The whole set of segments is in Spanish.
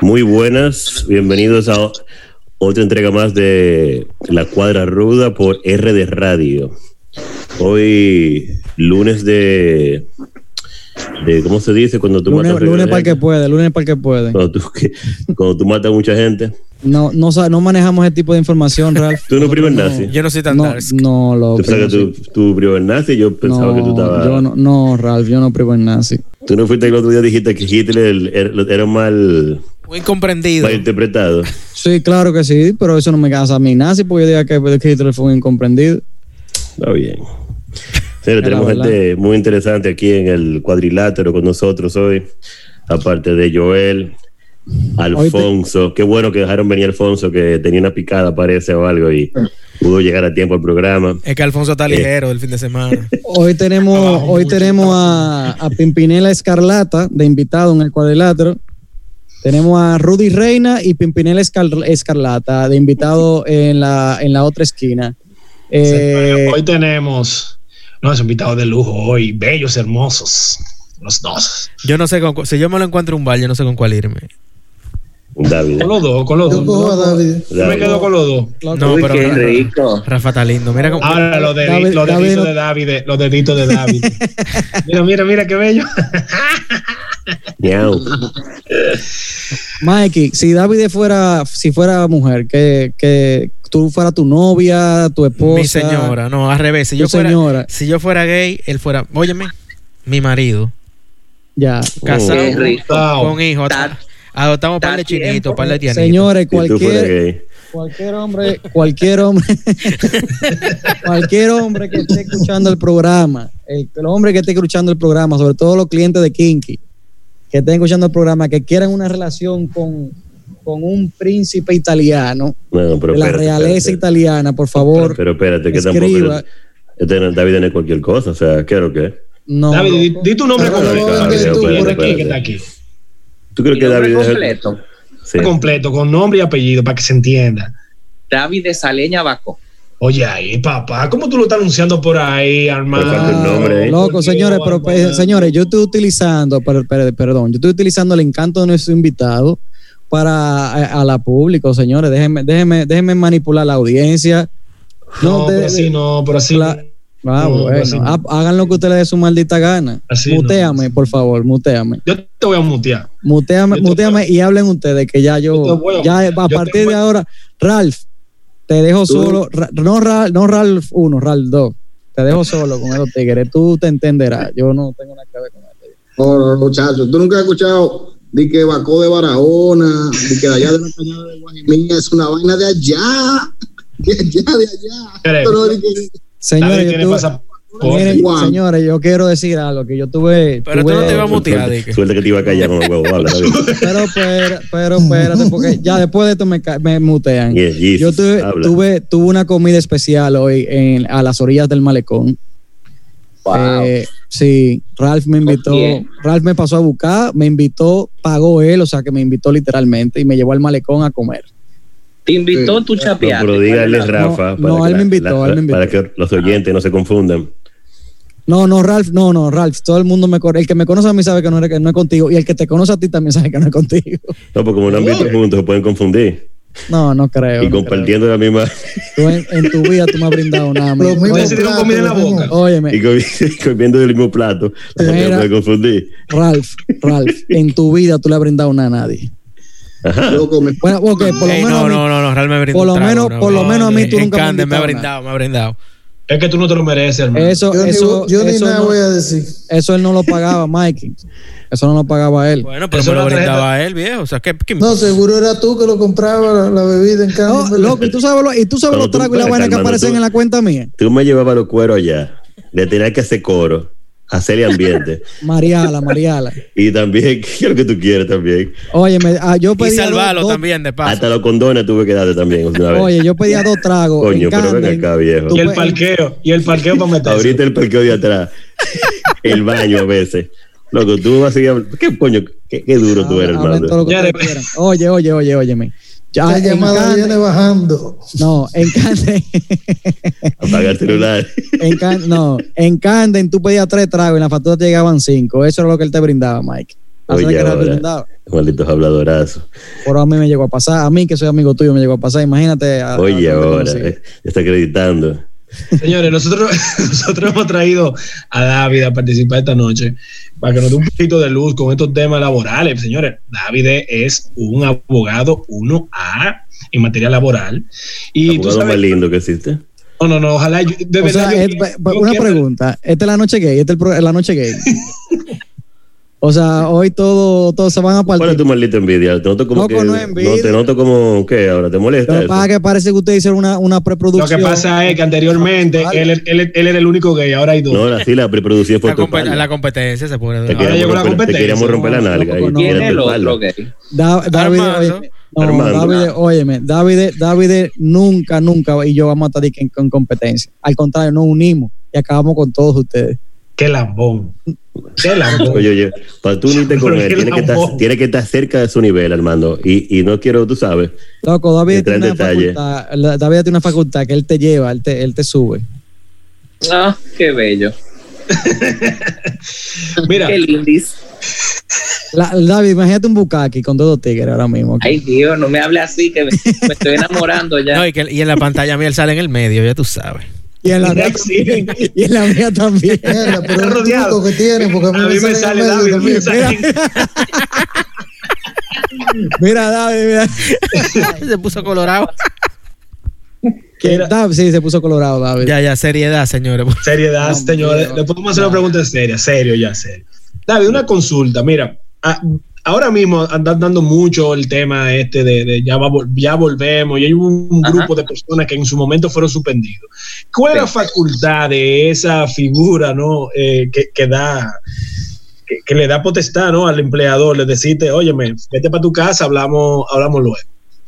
Muy buenas, bienvenidos a otra entrega más de La Cuadra Ruda por RD Radio. Hoy, lunes de. de- ¿Cómo se dice cuando tú Lunes, matas a lunes para el que gente? puede, lunes para el que puede. Cuando tú, que- cuando tú matas a mucha gente. No, no, sa- no manejamos ese tipo de información, Ralph. Tú no primas Nosotros nazi. Yo no soy tan No, dark. no, Tú loco. sabes que yo tú, tú privo en nazi, yo pensaba no, que tú estabas. yo no, no, Ralph, yo no privo en nazi. Tú no fuiste el otro día dijiste que Hitler era- era mal, Muy incomprendido. mal interpretado. Sí, claro que sí, pero eso no me cansa a mí nazi, porque yo diga que que Hitler fue un incomprendido. Está bien. Señores, Era tenemos verdad. gente muy interesante aquí en el cuadrilátero con nosotros hoy. Aparte de Joel, Alfonso. Qué bueno que dejaron venir Alfonso, que tenía una picada, parece, o algo, y pudo llegar a tiempo al programa. Es que Alfonso está ligero el fin de semana. Hoy tenemos, Abajo hoy Ah, mucho. tenemos a, a Pimpinela Escarlata de invitado en el cuadrilátero. Tenemos a Rudy Reina y Pimpinela Escar- Escarlata de invitado en la, en la otra esquina. Eh, Hoy tenemos unos invitados de lujo hoy, bellos, hermosos, los dos. Yo no sé con cu- si yo me lo encuentro en un bar, yo no sé con cuál irme. Un David. Con los dos, con los Yo dos. cojo a David. Yo me David. quedo con los dos. No, Uy, pero qué Ra- rico. Rafa está lindo. Mira cómo Ahora los David- deditos los David deditos no- de David, eh, los deditos de David. Mira, mira, mira qué bello. Miau. Mikey, si David fuera, si fuera mujer, que, que tú fuera tu novia, tu esposa. mi señora, no, al revés, si tu yo fuera señora. si yo fuera gay, él fuera, óyeme, mi marido, Ya. casado Qué rico. Wow. con hijos, Ta- adoptamos par ta de chinitos, tiempo. par de tianitos. Señores, Si tú fueras cualquier, gay. cualquier hombre, cualquier hombre, cualquier hombre que esté escuchando el programa, el, el hombre que esté escuchando el programa, sobre todo los clientes de Kinky, que estén escuchando el programa, que quieran una relación con, con un príncipe italiano, No, pero de la espérate, realeza espérate. italiana, por favor. Pero espérate, que Escriba. tampoco. Este no- David no es cualquier cosa, o sea, creo que. No, David, di, loco. di tu nombre Pero completo. no, David, que tú, tú, por espérate, aquí, que espérate. está aquí. ¿Tú crees Mi que nombre David es el- completo. Sí. Completo, con nombre y apellido, para que se entienda. David de Saleña Baco. Oye, ahí, papá, ¿cómo tú lo estás anunciando por ahí, Pero falta el hermano? nombre, ¿eh? Loco, señores, pero, Armando. eh, señores, yo estoy utilizando, per- per- perdón, yo estoy utilizando el encanto de nuestro invitado para eh, a, a la público, señores. Déjenme, déjenme, déjenme manipular la audiencia. No, No, de- pero así no, pero así. La- Ah, no, bueno, así no. ah, hagan lo que ustedes les dé su maldita gana. Así no. muteame, por favor, muteame. Yo te voy a mutear. Muteame, Yo te- muteame y hablen ustedes, que ya Yo yo, te voy a- ya yo a te partir voy- de ahora, Ralph, te dejo Tú- solo, Ra- no, Ralph, no Ralph 1, Ralph 2, te dejo solo con esos tigres, tú te entenderás, yo no tengo nada que ver con eso. No, no, no, muchachos. Tú nunca has escuchado de que Bacó de Barahona, de que de allá de la cañada de Guajimía es una vaina de allá. De allá, de allá. Creo. Pero de que- Señores, David yo tiene tuve- pasaporte. miren, Juan. señores, yo quiero decir algo que yo tuve. Pero tú tuve- no te vas a mutear, Suerte, Dick. suerte que te iba a callar, mamá huevo. Habla, David. Pero, pero, pero, espérate, porque ya después de esto me, ca- me mutean. Yes, Jesus, Yo tuve, habla. tuve, tuve una comida especial hoy en, a las orillas del malecón. Wow. Eh, sí, Ralph me invitó, quién? Ralph me pasó a buscar, me invitó, pagó él, o sea que me invitó literalmente y me llevó al malecón a comer. Te invitó tu chapeate. No, pero dígale, Rafa. No, no, él me invitó, él me invitó. para que los oyentes no se confundan. No, no, Ralph, no, no, Ralph, todo el mundo me conoce, el que me conoce a mí sabe que no, eres- que no es contigo y el que te conoce a ti también sabe que no es contigo. No, porque como no han visto juntos, se pueden confundir. No, no creo. Y no creo. compartiendo la misma. Tú en, en tu vida tú me has brindado nada. Lo amigo. mismo Óyeme, Ustedes se dieron plato, comida en la lo mismo. boca. óyeme, Y comi- comiendo del mismo plato. La gente se Mira. puede confundir. Ralph, Ralph, en tu vida tú le has brindado nada a nadie. Ajá. Loco, me- Bueno, ok, por lo Ey, menos a Eh, no, mí- no, no, no, Real me brindó por lo un trago, menos- no, por lo no, menos a mí no, tú nunca me has Candel me ha invitado brindado, me ha brindado. Es que tú no te lo mereces, hermano. Eso, yo ni- eso, yo ni eso nada no- voy a decir. eso él no lo pagaba, Mikey. Eso no lo pagaba él. Bueno, pero Eso me lo es una tarjeta- brindaba él, viejo, o sea, ¿qué, qué No, seguro era tú que lo compraba la, la bebida en cambio. No, ¿verdad? loco, y tú sabes, lo- y tú sabes Cuando los tú- tragos y la espérate, vaina que hermano, aparecen tú- en la cuenta mía. Tú me llevabas los cueros allá. Le tenías que hacer coro, hacerle ambiente. Mariala, Mariala. y también, ¿qué es lo que tú quieres también? Oye, me- ah, yo Y pedía. dos- salvarlo dos- también de paso. Hasta los condones tuve que darte también. Una vez. Oye, yo pedía dos tragos. Coño, en pero ven Camden. acá, viejo. Tú Y el pe- parqueo, y el parqueo para meterse. Ahorita el parqueo de atrás. el baño a veces. Loco, tú vas a seguir hablando. ¿Qué coño? ¿Qué, qué duro tú eres, Ah, Hablen todo hermano? lo que Ya, ustedes de- quieran. Oye, oye, oye, óyeme. Ya, la en llamada Camden- viene bajando. No, en Camden. Apagar el celular. En Can- no, en Camden tú pedías tres tragos y en la factura te llegaban cinco. Eso era lo que él te brindaba, Mike. Así Oye, que era ahora. recomendado. Malditos habladorazos. Pero a mí me llegó a pasar, a mí que soy amigo tuyo me llegó a pasar, imagínate. a- a- Oye, a- ahora, sí. eh, está acreditando. Señores, nosotros, nosotros hemos traído a David a participar esta noche para que nos dé un poquito de luz con estos temas laborales. Señores, David es un abogado 1A en materia laboral. Y tú Abogado sabes- más lindo que existe. No, no, no, ojalá. yo- de O verdad, sea, yo- es- pa- pa- yo una quiero- pregunta. Esta es la noche gay, esta es el pro- la noche gay. o sea, hoy todo, todos se van a ¿Cuál es partir. tu maldita envidia? Te noto como Loco, que- no es envidia. te noto como, ¿qué? Ahora, ¿te Lo molesta que pasa es eso? que parece que ustedes hicieron una, una Lo preproducción. que pasa es que anteriormente él, él- él era el único gay, ahora hay dos. No, así la preproducción fue La, tu compe- espalda. la competencia se Te pone Ahora dura. queríamos llegó la romper- Te competencia. queríamos romper la No, nalga. y tampoco no. quieres ¿Quién es el empalmarlo. otro gay? Da- David, Armando. oye, no, Armando. David, óyeme, David, David nunca, nunca y yo vamos a estar de que en, en competencia. Al contrario, nos unimos y acabamos con todos ustedes. Qué lambón. Qué lambón. Oye, oye, para tú unirte con Pero él, qué tiene que, estar, lambón. tiene que estar cerca de su nivel, Armando. Y, y no quiero, tú sabes, Loco, David Entra tiene, en una detalle. facultad, la- David tiene una facultad que él te lleva, él te, él te sube. Ah, qué bello. Mira, Qué lindis. La- David, imagínate un bucaki con dos tigres ahora mismo. aquí. Ay, Dios, no me hable así, que me, me estoy enamorando ya. No, y, que- y en la pantalla mía él sale en el medio, ya tú sabes. Y en la mía Sí. también. Y en la mía también. Mierda, pero es el rodeado. truco que tiene, porque a mí me sale en el David. medio a mí me también. sale- Mira, David, mira. se puso colorado. Que David, sí, se puso colorado, David. Ya, ya, seriedad, señores. Seriedad, Hombre, señores. Le podemos hacer una pregunta seria, serio ya, serio. David, una consulta. Mira, a- ahora mismo andan dando mucho el tema este de, de ya, va vol- ya volvemos y hay un Ajá. grupo de personas que en su momento fueron suspendidos. ¿Cuál es la facultad de esa figura no Eh, que, que da... Que, que le da potestad ¿no? al empleador, le decirte, óyeme, vete para tu casa, hablamos, hablamos luego.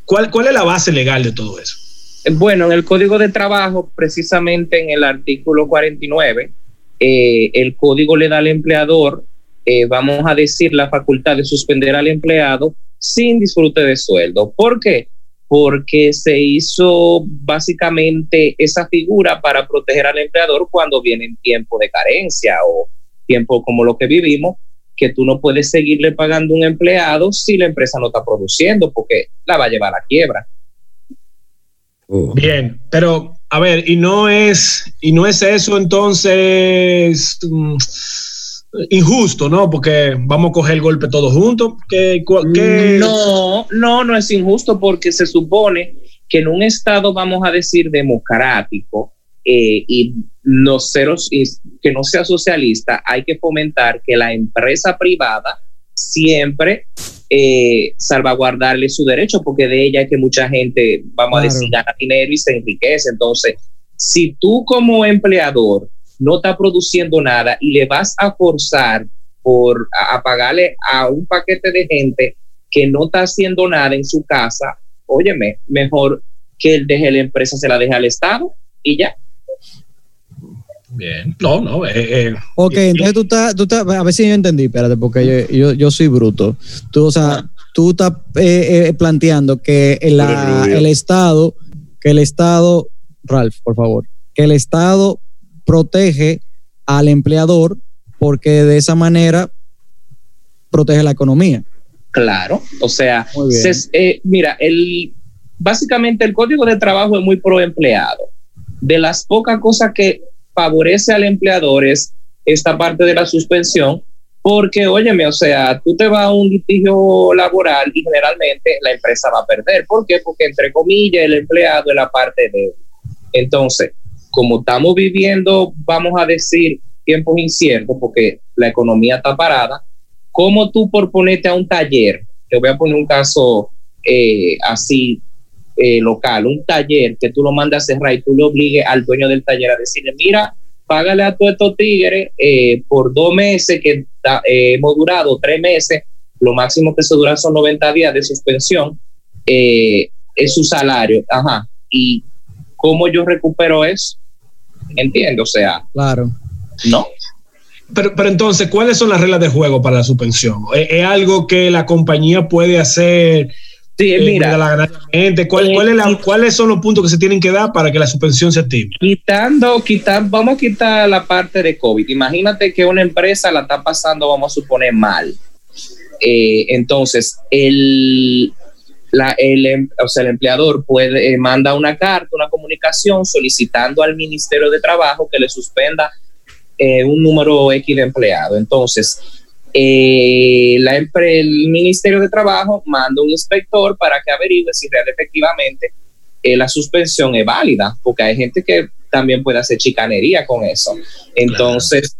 ¿Cuál, ¿Cuál es la base legal de todo eso? Eh, Bueno, en el Código de Trabajo, precisamente en el artículo 49, eh, el código le da al empleador, eh, vamos a decir, la facultad de suspender al empleado sin disfrute de sueldo. ¿Por qué? Porque se hizo básicamente esa figura para proteger al empleador cuando vienen tiempos de carencia o tiempos como lo que vivimos, que tú no puedes seguirle pagando a un empleado si la empresa no está produciendo, porque la va a llevar a la quiebra. oh, Bien, pero a ver, y no es, y no es eso entonces mm, injusto, ¿no? Porque vamos a coger el golpe todos juntos. ¿Qué, cua- qué- No, no, no es injusto porque se supone que en un estado, vamos a decir, democrático eh, y no ceros, y que no sea socialista, hay que fomentar que la empresa privada siempre eh, salvaguardarle su derecho, porque de ella es que mucha gente, vamos Claro. a decir, gana dinero y se enriquece. Entonces, si tú como empleador no estás produciendo nada y le vas a forzar por a, a pagarle a un paquete de gente que no está haciendo nada en su casa, óyeme, mejor que él deje la empresa, se la deje al Estado y ya. Bien, no, no. eh, eh, Ok, entonces tú estás, tú estás, a ver si yo entendí, espérate, porque yo, yo, yo soy bruto. Tú, o sea, tú estás eh, eh, planteando que la- Pero rubio. el Estado, que el Estado, Ralph, por favor, que el Estado protege al empleador porque de esa manera protege la economía. Claro, o sea, Muy bien. se- eh, mira, el, básicamente el código de trabajo es muy pro empleado. De las pocas cosas que favorece al empleador es esta parte de la suspensión, porque, óyeme, o sea, tú te vas a un litigio laboral y generalmente la empresa va a perder. ¿Por qué? Porque, entre comillas, el empleado es la parte de... Entonces, como estamos viviendo, vamos a decir, tiempos inciertos, porque la economía está parada, ¿cómo tú por ponerte a un taller te voy a poner un caso eh, así eh, local, un taller que tú lo mandas a cerrar y tú le obligues al dueño del taller a decirle, mira, págale a todos estos tigres eh, por dos meses que da- eh, hemos durado, tres meses, lo máximo que se dura son 90 días de suspensión, eh, es su salario, ajá, y cómo yo recupero eso, entiendo, o sea, Claro. no, pero, pero entonces, ¿cuáles son las reglas de juego para la suspensión? ¿Es, es algo que la compañía puede hacer sí, eh, mira, alegadamente? ¿Cuál- eh, cuál es la- y- ¿Cuáles son los puntos que se tienen que dar para que la suspensión se active? Quitando, quitar, vamos a quitar la parte de COVID. Imagínate que una empresa la está pasando, vamos a suponer, mal. Eh, entonces, el, la- el em- o sea, el empleador puede, eh, manda una carta, una comunicación solicitando al Ministerio de Trabajo que le suspenda eh, un número X de empleado. Entonces, eh, la empre- el Ministerio de Trabajo manda un inspector para que averigüe si real efectivamente eh, la suspensión es válida, porque hay gente que también puede hacer chicanería con eso. Entonces,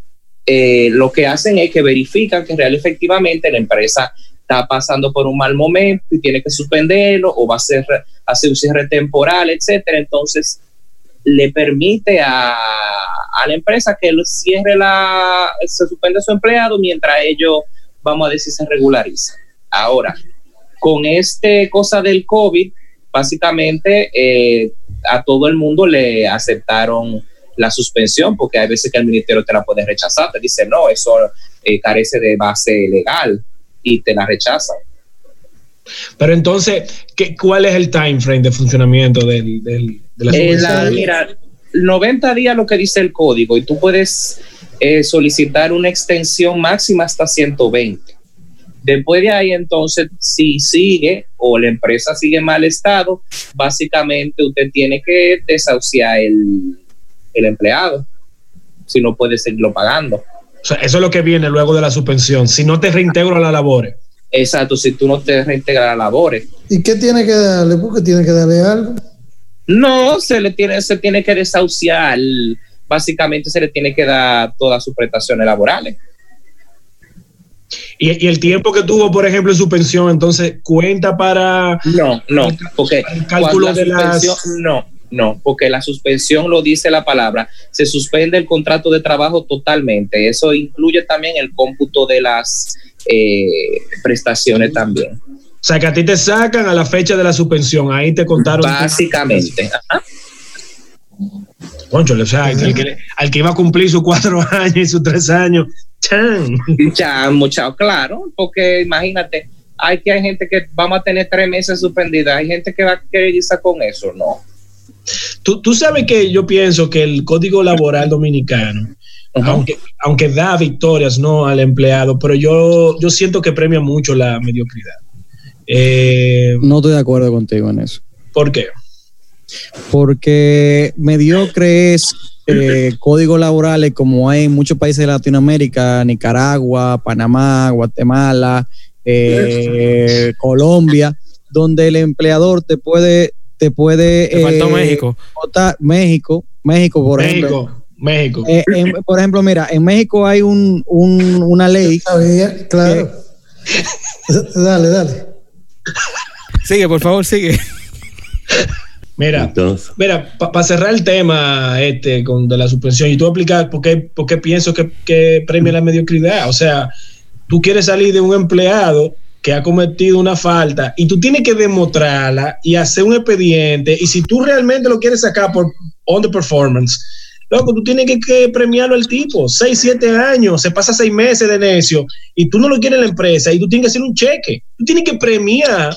eh, lo que hacen es que verifican que real efectivamente la empresa está pasando por un mal momento y tiene que suspenderlo o va a hacer, hacer un cierre temporal, etcétera. Entonces, le permite a, a la empresa que lo cierre la, se suspende a su empleado mientras ellos, vamos a decir, se regulariza. Ahora, con este cosa del COVID, básicamente eh, a todo el mundo le aceptaron la suspensión porque hay veces que el ministerio te la puede rechazar, te dice no, eso eh, carece de base legal y te la rechazan. Pero entonces, ¿qué, ¿cuál es el time frame de funcionamiento del, del- de la Eh, subvención? la- mira, 90 días lo que dice el código y tú puedes eh, solicitar una extensión máxima hasta 120. Después de ahí, entonces, si sigue o la empresa sigue en mal estado, básicamente usted tiene que desahuciar el, el empleado, si no puede seguirlo pagando. O sea, eso es lo que viene luego de la suspensión. Si no te reintegro a las labores. Exacto, si tú no te reintegras a labores. ¿Y qué tiene que darle? Porque tiene que darle algo. No, se le tiene, se tiene que desahuciar, básicamente se le tiene que dar todas sus prestaciones laborales. Y, y el tiempo que tuvo, por ejemplo, en suspensión, entonces cuenta para. No, no, porque El cálculo cuando de las- suspensión- no, no, porque la suspensión lo dice la palabra, se suspende el contrato de trabajo totalmente. Eso incluye también el cómputo de las eh, prestaciones también, O sea, que a ti te sacan a la fecha de la suspensión. Ahí te contaron. básicamente. Ajá. Cónchale, o sea, al que, le- al que iba a cumplir sus cuatro años y sus tres años. ¡chan! Ya, muchacho, claro, porque imagínate, hay que hay gente que vamos a tener tres meses suspendida, hay gente que va a querer irse con eso, no. Tú, tú sabes que yo pienso que el Código Laboral Dominicano, Ajá. aunque, aunque da victorias ¿no? al empleado, pero yo, yo siento que premia mucho la mediocridad. Eh, No estoy de acuerdo contigo en eso. ¿Por qué? porque mediocre es eh, códigos laborales como hay en muchos países de Latinoamérica, Nicaragua, Panamá, Guatemala, eh, Colombia, donde el empleador te puede te puede Te faltó eh, México. botar- México, México por ejemplo. México, México. Eh, en- por ejemplo, mira, en México hay un- un- una ley Sabía, claro. dale, dale. Sigue, por favor, sigue. Mira, Entonces, Mira, para cerrar el tema este con de la suspensión, y tú explicas por qué, por qué pienso que, que premia la mediocridad. O sea, tú quieres salir de un empleado que ha cometido una falta y tú tienes que demostrarla y hacer un expediente. Y si tú realmente lo quieres sacar por on the performance, loco, tú tienes que, que premiarlo al tipo. Seis, siete años, se pasa seis meses de necio y tú no lo quieres en la empresa y tú tienes que hacer un cheque. Tú tienes que premiar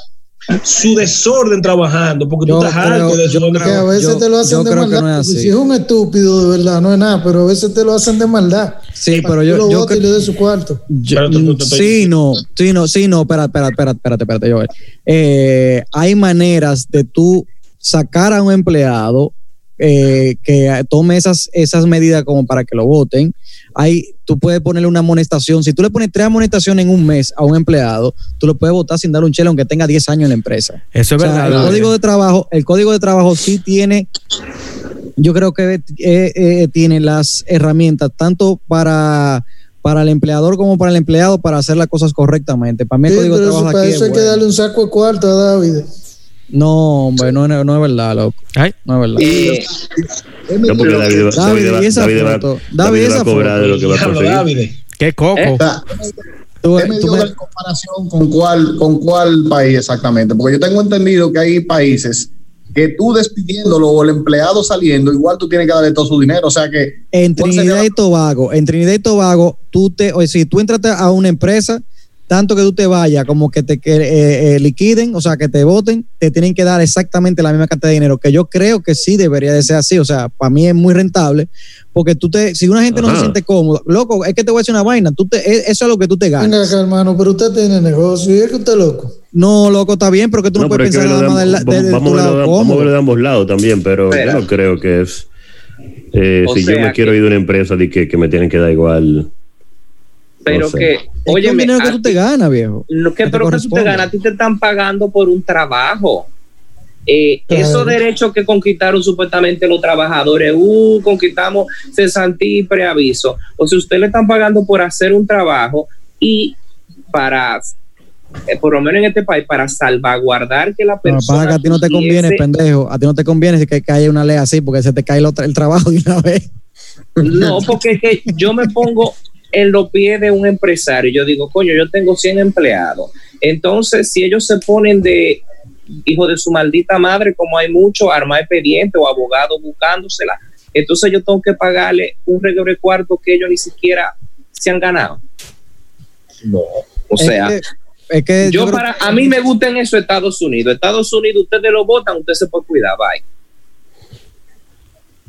su desorden trabajando porque Yo tú estás harto creo- de su yo creo Que a trabajo. veces Yo- te lo hacen yo de creo que maldad. no es porque así. Si es un estúpido, de verdad, Ah, no es nada, pero a veces te lo hacen de maldad. Sí, Para pero que yo- lo yo bote y cre- le dé su cuarto. Yo- mm, Pero tú- tú- tú- sí, no, sí, no, sí, no, espérate, espérate, espérate, espérate, espérate, Joel. Eh, hay maneras de tú sacar a un empleado eh, que tome esas, esas medidas como para que lo voten. Hay, tú puedes ponerle una amonestación. Si tú le pones tres amonestaciones en un mes a un empleado, tú lo puedes votar sin dar un chelo aunque tenga 10 años en la empresa. Eso es O sea, verdad. el Gabriel. código de trabajo, el código de trabajo sí tiene, yo creo que eh, eh, tiene las herramientas tanto para para el empleador como para el empleado para hacer las cosas correctamente. Para mí el Sí, código de pero eso- trabajo para aquí eso es hay que bueno. darle un saco de cuarto a David. No, hombre, no, no, no es verdad, loco. Ay. No es verdad. Eh, no porque Lo- David, va- David, David, va- ¿y esa David va, foto? David David, va ¿esa a cobrar de lo que va a Diablo, conseguir. Dávide. Qué coco. ¿Eh? O sea, Tú- ¿Qué me tú dio me- la comparación con cuál, con cuál país exactamente? Porque yo tengo entendido que hay países que tú despidiéndolo o el empleado saliendo, igual tú tienes que darle todo su dinero. O sea que en ¿cuál sería Trinidad la- y Tobago, en Trinidad y Tobago, tú te, o si tú entras a una empresa, tanto que tú te vayas como que te que, eh, eh, liquiden, o sea, que te voten, te tienen que dar exactamente la misma cantidad de dinero, que yo creo que sí debería de ser así, o sea, para mí es muy rentable, porque tú te, si una gente no Ajá. se siente cómoda, loco, es que te voy a decir una vaina, tú te, e- eso es lo que tú te ganas. Venga acá, hermano, pero usted tiene negocio y es que usted es loco. No, loco, está bien, pero que tú no, No, pero es puedes que pensar verlo nada de más del, ambos- la- de- de vamos tu a verlo lado de- vamos a cómodo. verlo de ambos lados también, pero Espera. yo no creo que es. eh, O si yo sea me quiero que- ir de una empresa, di que, que me tienen que dar igual. Pero No sé. que, Es que oye, un dinero que tú te ganas, viejo. lo que que, te pero que tú te corresponde. ganas, a ti te están pagando por un trabajo. Eh, Claro. Esos derechos que conquistaron supuestamente los trabajadores, uh, conquistamos cesantía y preaviso. O sea, usted le están pagando por hacer un trabajo y para, eh, por lo menos en este país, para salvaguardar que la Pero persona. para que a ti no te conviene, tuviese- pendejo. A ti no te conviene que, que haya una ley así porque se te cae el, otro- el trabajo de una vez. No, porque es que yo me pongo en los pies de un empresario. Yo digo, coño, yo tengo 100 empleados. Entonces, si ellos se ponen de hijo de su maldita madre, como hay muchos, arma expediente o abogados buscándosela, entonces yo tengo que pagarle un regalo de cuarto que ellos ni siquiera se han ganado. No. O Es sea, que- es que yo creo- para, a mí me gusta en eso Estados Unidos. Estados Unidos, ustedes lo votan, ustedes se pueden cuidar, bye.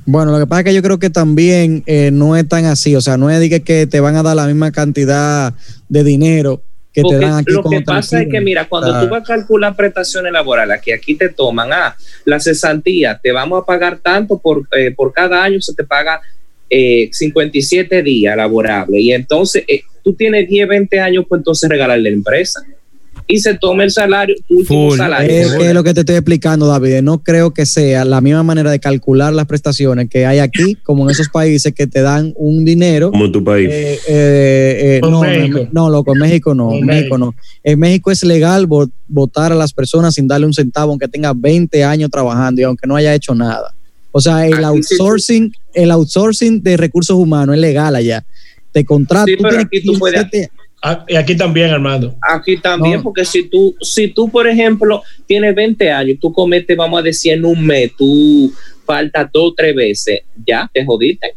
Bueno, lo que pasa es que yo creo que también eh, no es tan así. O sea, no es de que, que te van a dar la misma cantidad de dinero que Porque te dan aquí. lo cuando que te pasa es reciben. que, mira, cuando Ah. tú vas a calcular prestaciones laborales, que aquí te toman, ah, la cesantía, te vamos a pagar tanto por, eh, por cada año, se te paga eh, 57 días laborables. Y entonces eh, tú tienes 10, 20 años, pues entonces regalarle a la empresa. Y se toma el salario, tu último Full. salario. Es, es lo que te estoy explicando, David. No creo que sea la misma manera de calcular las prestaciones que hay aquí, como en esos países que te dan un dinero. Como en tu país. Eh, eh, eh, Con no, México. no, no, loco, en México no. Con en México no. En México es legal vo- votar a las personas sin darle un centavo, aunque tenga 20 años trabajando y aunque no haya hecho nada. O sea, el Aquí sí tú- outsourcing, el outsourcing de recursos humanos es legal allá. Te contratan. Sí, pero aquí tú puedes- Ah, y aquí también, Armando. Aquí también, No. porque si tú, si tú, por ejemplo, tienes 20 años, tú cometes, vamos a decir, en un mes, tú faltas dos o tres veces, ya te jodiste.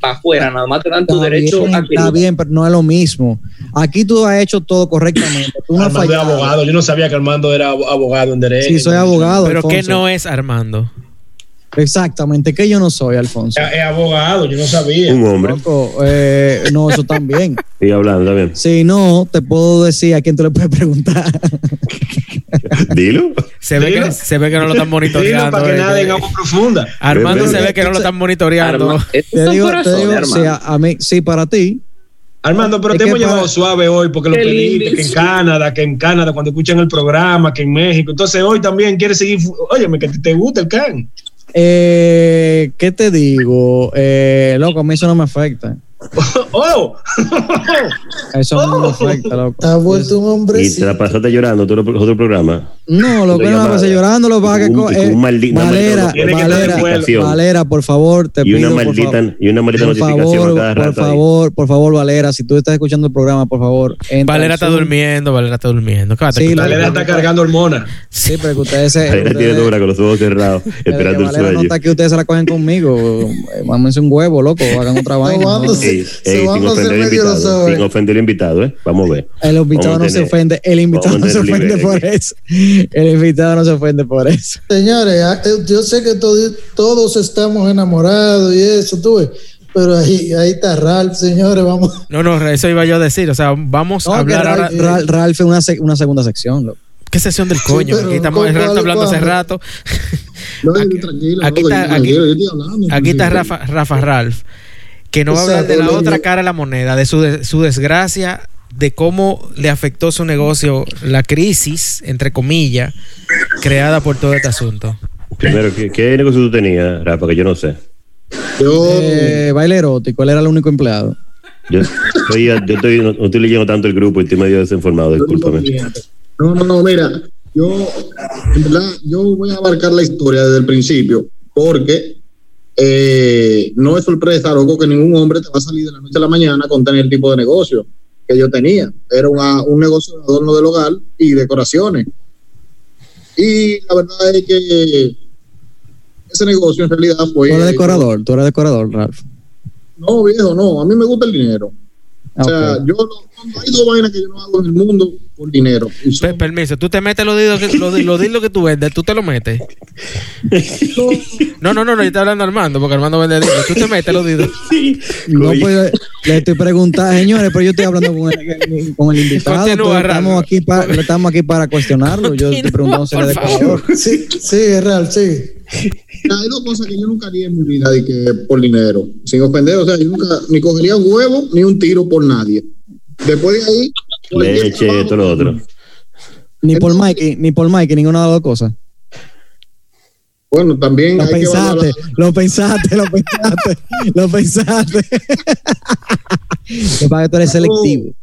Para afuera, nada más te dan tu Está derecho bien, a que está bien, pero no es lo mismo. Aquí tú has hecho todo correctamente. Tú no has Armando es fallado. abogado. Yo no sabía que Armando era abo- abogado en derecho. Sí, soy abogado. Pero ¿qué Alfonso. no es Armando? Exactamente, que yo no soy, Alfonso. Es abogado, yo no sabía. Un hombre. Loco, eh, no, eso también. Y hablando también. Si no, te puedo decir a quién tú le puedes preguntar. Dilo. Se ve, Dilo. que, se ve que no lo están Dilo monitoreando. para que eh, nada en eh. agua profunda. Armando Ve, ve, se ve. ve que no lo están monitoreando. Arma- Esto Te es un digo, te corazón, digo, hermano. sí, a, a mí, sí, para ti. Armando, pero Es te que hemos para- llevado suave hoy porque lo Qué pediste, lindo. que en Canadá, que en Canadá, cuando escuchan el programa, que en México. Entonces hoy también quieres seguir. fu- Óyeme, que te, te gusta el can. Eh, ¿Qué te digo? Eh, loco, a mí eso no me afecta. ¡Oh! Eso no me afecta, loco. Está vuelto un hombre. Y te la pasaste llorando todo el otro programa. No, loco, Una no me pasa llamada. llorando, lo que pasa es que Un- co- y con eh, un maldi- una maldita Valera, Tiene que estar Valera, en vuelo. Valera, por favor, te Y una pido, por favor. maldita, y una maldita Por notificación a cada favor, por rato ahí. favor, por favor, Valera, si tú estás escuchando el programa, por favor, entra Valera al está Zoom. durmiendo, Valera está durmiendo. ¿Qué va a Sí, escuchar? Valera está cargando hormonas. Sí, pero que ustedes se- Valera tiene ustedes- dura con los ojos cerrados, Pero esperando el que Valera no sueño. está aquí, ustedes se la cogen conmigo. Eh, Mámense un huevo, loco. Hagan otra vaina. ¿no? Tomándose. Ey, Se ey, van sin a ofender al hacer medio los invitado, ojos. sin ofender al invitado, ¿eh? Vamos a ver. El invitado Vamos a no se tener- ofende. El invitado vamos a no se tener ofende nivel por aquí. eso. El invitado no se ofende por eso. Señores, ah, eh, yo sé que todo- todos estamos enamorados y eso, tú ves. Pero ahí, ahí está Ralph, señores, vamos. No, no, eso iba yo a decir. O sea, vamos No, a que hablar ahora. Ralph, Ralph- Ralph es una, se- una segunda sección, loco. ¿Qué sesión del coño? pero Aquí estamos, ¿cuál- Ralph está cuál- hablando hace cuál? rato. No, yo tranquilo, aquí loco, está- yo aquí- tranquilo, yo estoy hablando. Aquí está Rafa, Rafa Ralph, que no va a hablar de la Exacto. otra cara de la moneda, de su, de- su desgracia, de cómo le afectó su negocio la crisis, entre comillas, creada por todo este asunto. Primero, ¿qué, qué negocio tú tenías, Rafa? Que yo no sé. Oh. Yo, Eh, baile erótico, él era el único empleado. Yo estoy, yo estoy, no, no estoy leyendo tanto el grupo y estoy medio desinformado, discúlpame. no, no, no, mira, yo, en verdad, yo voy a abarcar la historia desde el principio, porque eh, no es sorpresa, loco, que ningún hombre te va a salir de la noche a la mañana con tener el tipo de negocio que yo tenía. Era una- un negocio de adorno del hogar y decoraciones. Y la verdad es que ese negocio en realidad Tú fue... eres decorador, tú eres decorador, Ralph. No, viejo, no. A mí me gusta el dinero. Ah, O sea, yo no, no hay dos vainas que yo no hago en el mundo por dinero. Y Pe- son- permiso, tú te metes los dildos que, los, los dildos que tú vendes, tú te los metes. No, no, no, no, yo estoy hablando a Armando, porque Armando vende dildos. Tú te metes los dildos. No, Oye. pues le estoy preguntando, señores, pero yo estoy hablando con el, con el invitado. Continúa, entonces Ralph. estamos, aquí para, estamos aquí para cuestionarlo. Yo estoy preguntando si le Por de favor. color. Sí, sigue, Ralph, sigue. Hay dos cosas que yo nunca haría en mi vida de que por dinero, sin ofender, o sea, yo nunca ni cogería un huevo ni un tiro por nadie. Después de ahí, cualquier Leche, trabajo- esto, lo otro. Ni por Mikey, ni por Mikey, ninguna de las dos cosas. Bueno, también Lo hay que valorar- pensaste, lo pensaste, lo pensaste, lo pensaste. Lo que pasa es que tú eres selectivo.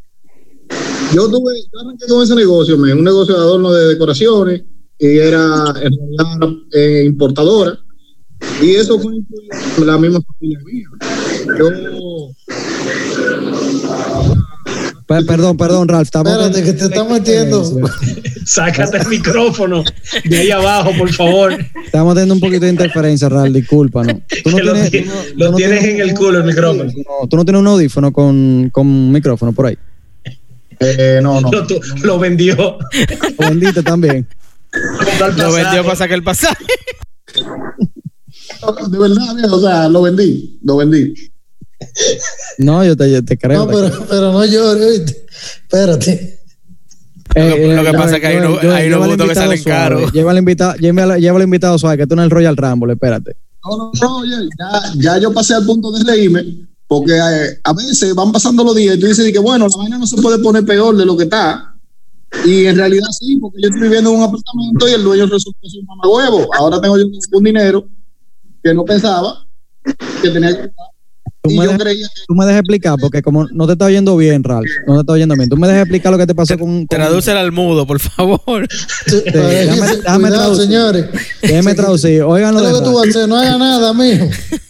Yo tuve, yo arranqué con ese negocio, men, un negocio de adorno de decoraciones, y era en realidad eh, importadora, y eso fue influido por la misma familia mía. Yo, Pe- perdón, perdón, Ralph. estamos- Espérate, que te está metiendo. Sácate el micrófono de ahí abajo, por favor. Estamos teniendo un poquito de interferencia, Ralph, discúlpanos. Tú Que lo ti- tú lo tú no tienes en el culo el micrófono. No, tú no tienes un audífono con, con micrófono por ahí. eh, no, no. Lo, tu- lo vendió. Lo vendiste también. Lo vendió para sacar el pasaje. De verdad, viejo, o sea, lo vendí, lo vendí. No, yo te, yo te creo. No, pero, pero no llores, ¿oíste? Espérate. Lo que- lo Eh, que pasa es que hay unos- hay unos gustos que salen caros. Lleva al invitado, lleva, lleva al invitado suave, que tú no eres el Royal Rumble, espérate. No, no, no, oye, ya, ya yo pasé al punto de reírme, porque eh, a veces van pasando los días y tú dices de que, bueno, la vaina no se puede poner peor de lo que está. Y en realidad sí, porque yo estoy viviendo en un apartamento y el dueño resultó ser un mamagüevo. Ahora tengo yo un dinero que no pensaba que tenía que gastar. Tú Y me yo dejas- creía que Tú me dejas explicar, porque como no te está oyendo bien, Ralph, no te está oyendo bien. Tú me dejas explicar lo que te pasó con. con- Tradúcela al mudo, por favor. Sí, déjame- sí, déjame Cuidado, traducir. señores. Déjeme traducir. Oigan lo ¿Qué es de lo que tú vas Ralph. a hacer? No haga nada, mijo.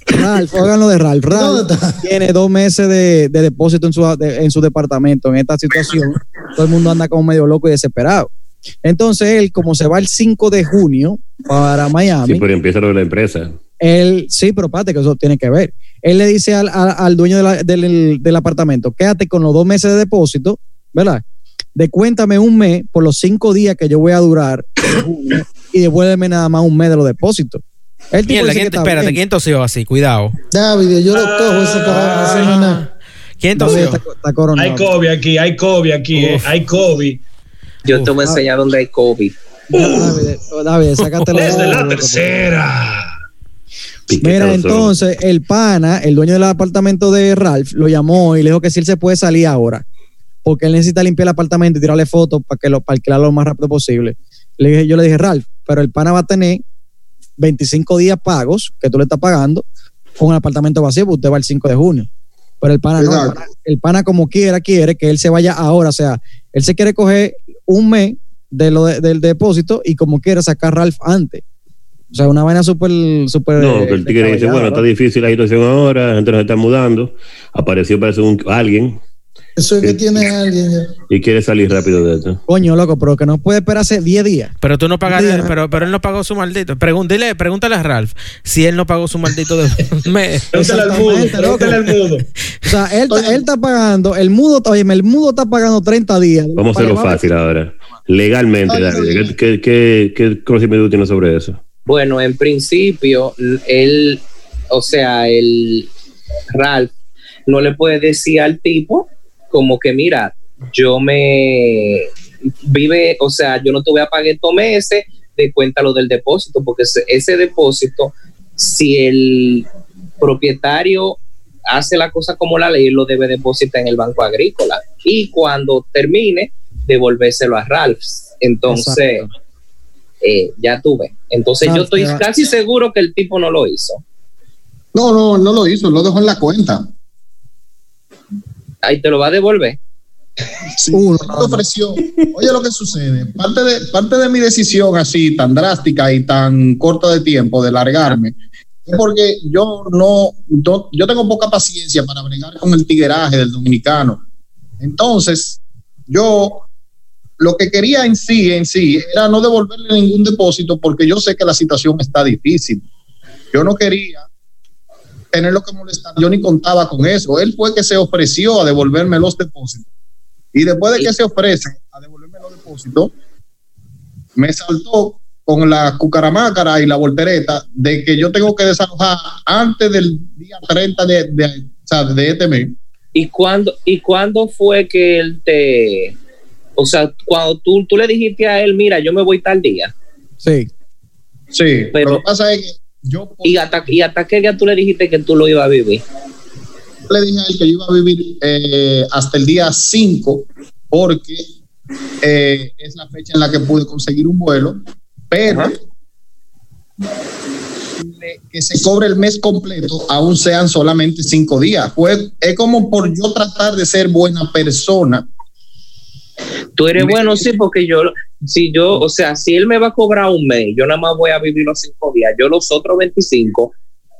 Ralph, oigan lo de Ralph. Ralph ¿Dónde está? tiene dos meses de, de depósito en su, de- en su departamento. En esta situación, todo el mundo anda como medio loco y desesperado. Entonces, él, como se va el 5 de junio para Miami. Sí, pero empieza lo de la empresa. él, sí, pero pate, que eso tiene que ver. Él le dice al, al- al dueño de la- del, del apartamento, quédate con los dos meses de depósito, ¿verdad? Decuéntame un mes por los cinco días que yo voy a durar de junio, y devuélveme nada más un mes de los depósitos. El tipo Mierda, dice ¿quién, que está espérate, bien. ¿quién tosió así? Cuidado. David, yo lo cojo ese carajo, así no es nada. ¿Quién Ah, No, tosió? está- está coronado. Ah, Hay COVID aquí, hay COVID aquí, eh, Uf. hay COVID. Yo te ah, voy a enseñar dónde hay COVID. David, David, sácate la- Desde la loco, tercera. Mira, Piquetazo. entonces el pana, el dueño del apartamento de Ralph, lo llamó y le dijo que si él se puede salir ahora, porque él necesita limpiar el apartamento y tirarle fotos para que lo para alquilarlo lo más rápido posible. Le dije, yo le dije, Ralph, pero el pana va a tener 25 días pagos que tú le estás pagando con el apartamento vacío, porque usted va el 5 de junio. Pero el pana no, el pana, el pana como quiera, quiere que él se vaya ahora. O sea, él se quiere coger un mes de lo de- del depósito y como quiera sacar a Ralph antes. O sea, una vaina súper, súper. No, eh, que el tigre dice, descabellada, bueno, está ¿verdad? difícil la situación ahora, la gente nos está mudando. Apareció parece un, alguien Eso es que tiene alguien ya. y quiere salir rápido de esto. Coño, loco, pero que no puede esperarse 10 días. Pero tú no pagaste, Mira. pero, pero él no pagó su maldito. Pregun- dile- pregúntale a Ralph si él no pagó su maldito de mes. Pregúntale al mudo, Exactamente, loco. pregúntale al mudo. O sea, él, ta- él está pagando, el mudo, está- óyeme, el mudo está pagando 30 días. Vamos a hacerlo fácil ahora. Legalmente, David, ¿qué, qué, qué, qué conocimiento tú tienes sobre eso? Bueno, en principio, l- él, o sea, el Ralph no le puede decir al tipo como que, mira, yo me vive, o sea, yo no te voy a pagar estos meses, de cuenta lo del depósito, porque ese, ese depósito, si el propietario hace la cosa como la ley, lo debe depositar en el banco agrícola. Y cuando termine, devolvérselo a Ralph. Entonces Exacto. eh, ya tuve. Entonces No, yo estoy pero- casi seguro que el tipo no lo hizo. No, no, no lo hizo, lo dejó en la cuenta. Ahí te lo va a devolver. Sí, Uno, él nada me ofreció. Oye, lo que sucede, parte de, parte de mi decisión así tan drástica y tan corta de tiempo de largarme, es porque yo no, no- yo tengo poca paciencia para bregar con el tigueraje del dominicano. Entonces, yo lo que quería en sí, en sí, era no devolverle ningún depósito porque yo sé que la situación está difícil. Yo no quería tenerlo que molestar. Yo ni contaba con eso. Él fue que se ofreció a devolverme los depósitos. Y después de que se ofrece a devolverme los depósitos, me saltó con la cucaramácara y la voltereta de que yo tengo que desalojar antes del día 30 de, de, o sea, de este mes. ¿Y cuándo, ¿Y cuándo fue que él te... O sea, cuando tú, tú le dijiste a él, mira, yo me voy tal día. Sí. Sí, pero Pero- lo que pasa es que yo por- ¿Y hasta, ¿Y hasta qué día tú le dijiste que tú lo ibas a vivir? le dije a él que yo iba a vivir eh, hasta el día 5 porque eh, es la fecha en la que pude conseguir un vuelo, pero le- que se cobre el mes completo, aún sean solamente cinco días. Pues es como por yo tratar de ser buena persona. Tú eres bueno, sí, porque yo, si yo, o sea, si él me va a cobrar un mes, yo nada más voy a vivir los cinco días, yo los otros 25,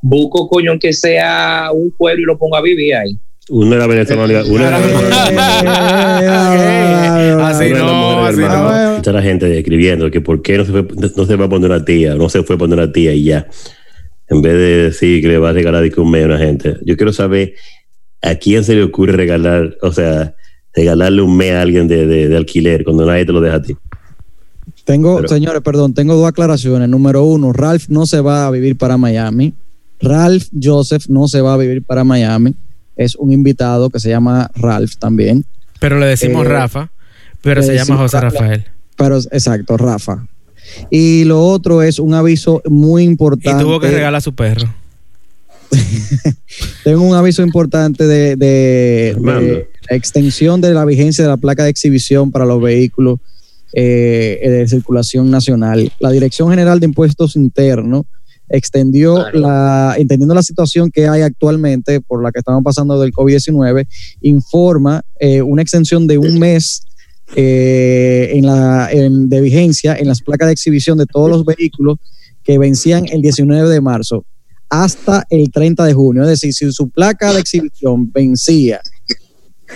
busco coño que sea un pueblo y lo pongo a vivir ahí. Uno era Eh, venezolano. Eh, Uno era Así Una de las no, mujeres, así hermano. no. Está la gente escribiendo que por qué no se, fue, no se va a poner una tía, no se fue a poner una tía y ya. En vez de decir que le va a regalar disque un medio a una gente. Yo quiero saber a quién se le ocurre regalar, o sea, regalarle un mes a alguien de, de- de alquiler cuando nadie te lo deja a ti. Tengo, Pero- señores, perdón, tengo dos aclaraciones. Número uno, Ralph no se va a vivir para Miami. Ralph Joseph no se va a vivir para Miami. Es un invitado que se llama Ralph también. Pero le decimos Eh, Rafa, pero le se llama decimos José Rafa. Rafael. Pero, exacto, Rafa. Y lo otro es un aviso muy Y importante. tuvo que regalar a su perro. Tengo un aviso importante de, de- Armando. de la extensión de la vigencia de la placa de exhibición para los vehículos eh, de circulación nacional. La Dirección General de Impuestos Internos extendió Claro. la, entendiendo la situación que hay actualmente por la que estamos pasando del COVID-19, informa eh, una extensión de un mes eh, en la, en- de vigencia en las placas de exhibición de todos los vehículos que vencían el 19 de marzo hasta el 30 de junio. Es decir, si su placa de exhibición vencía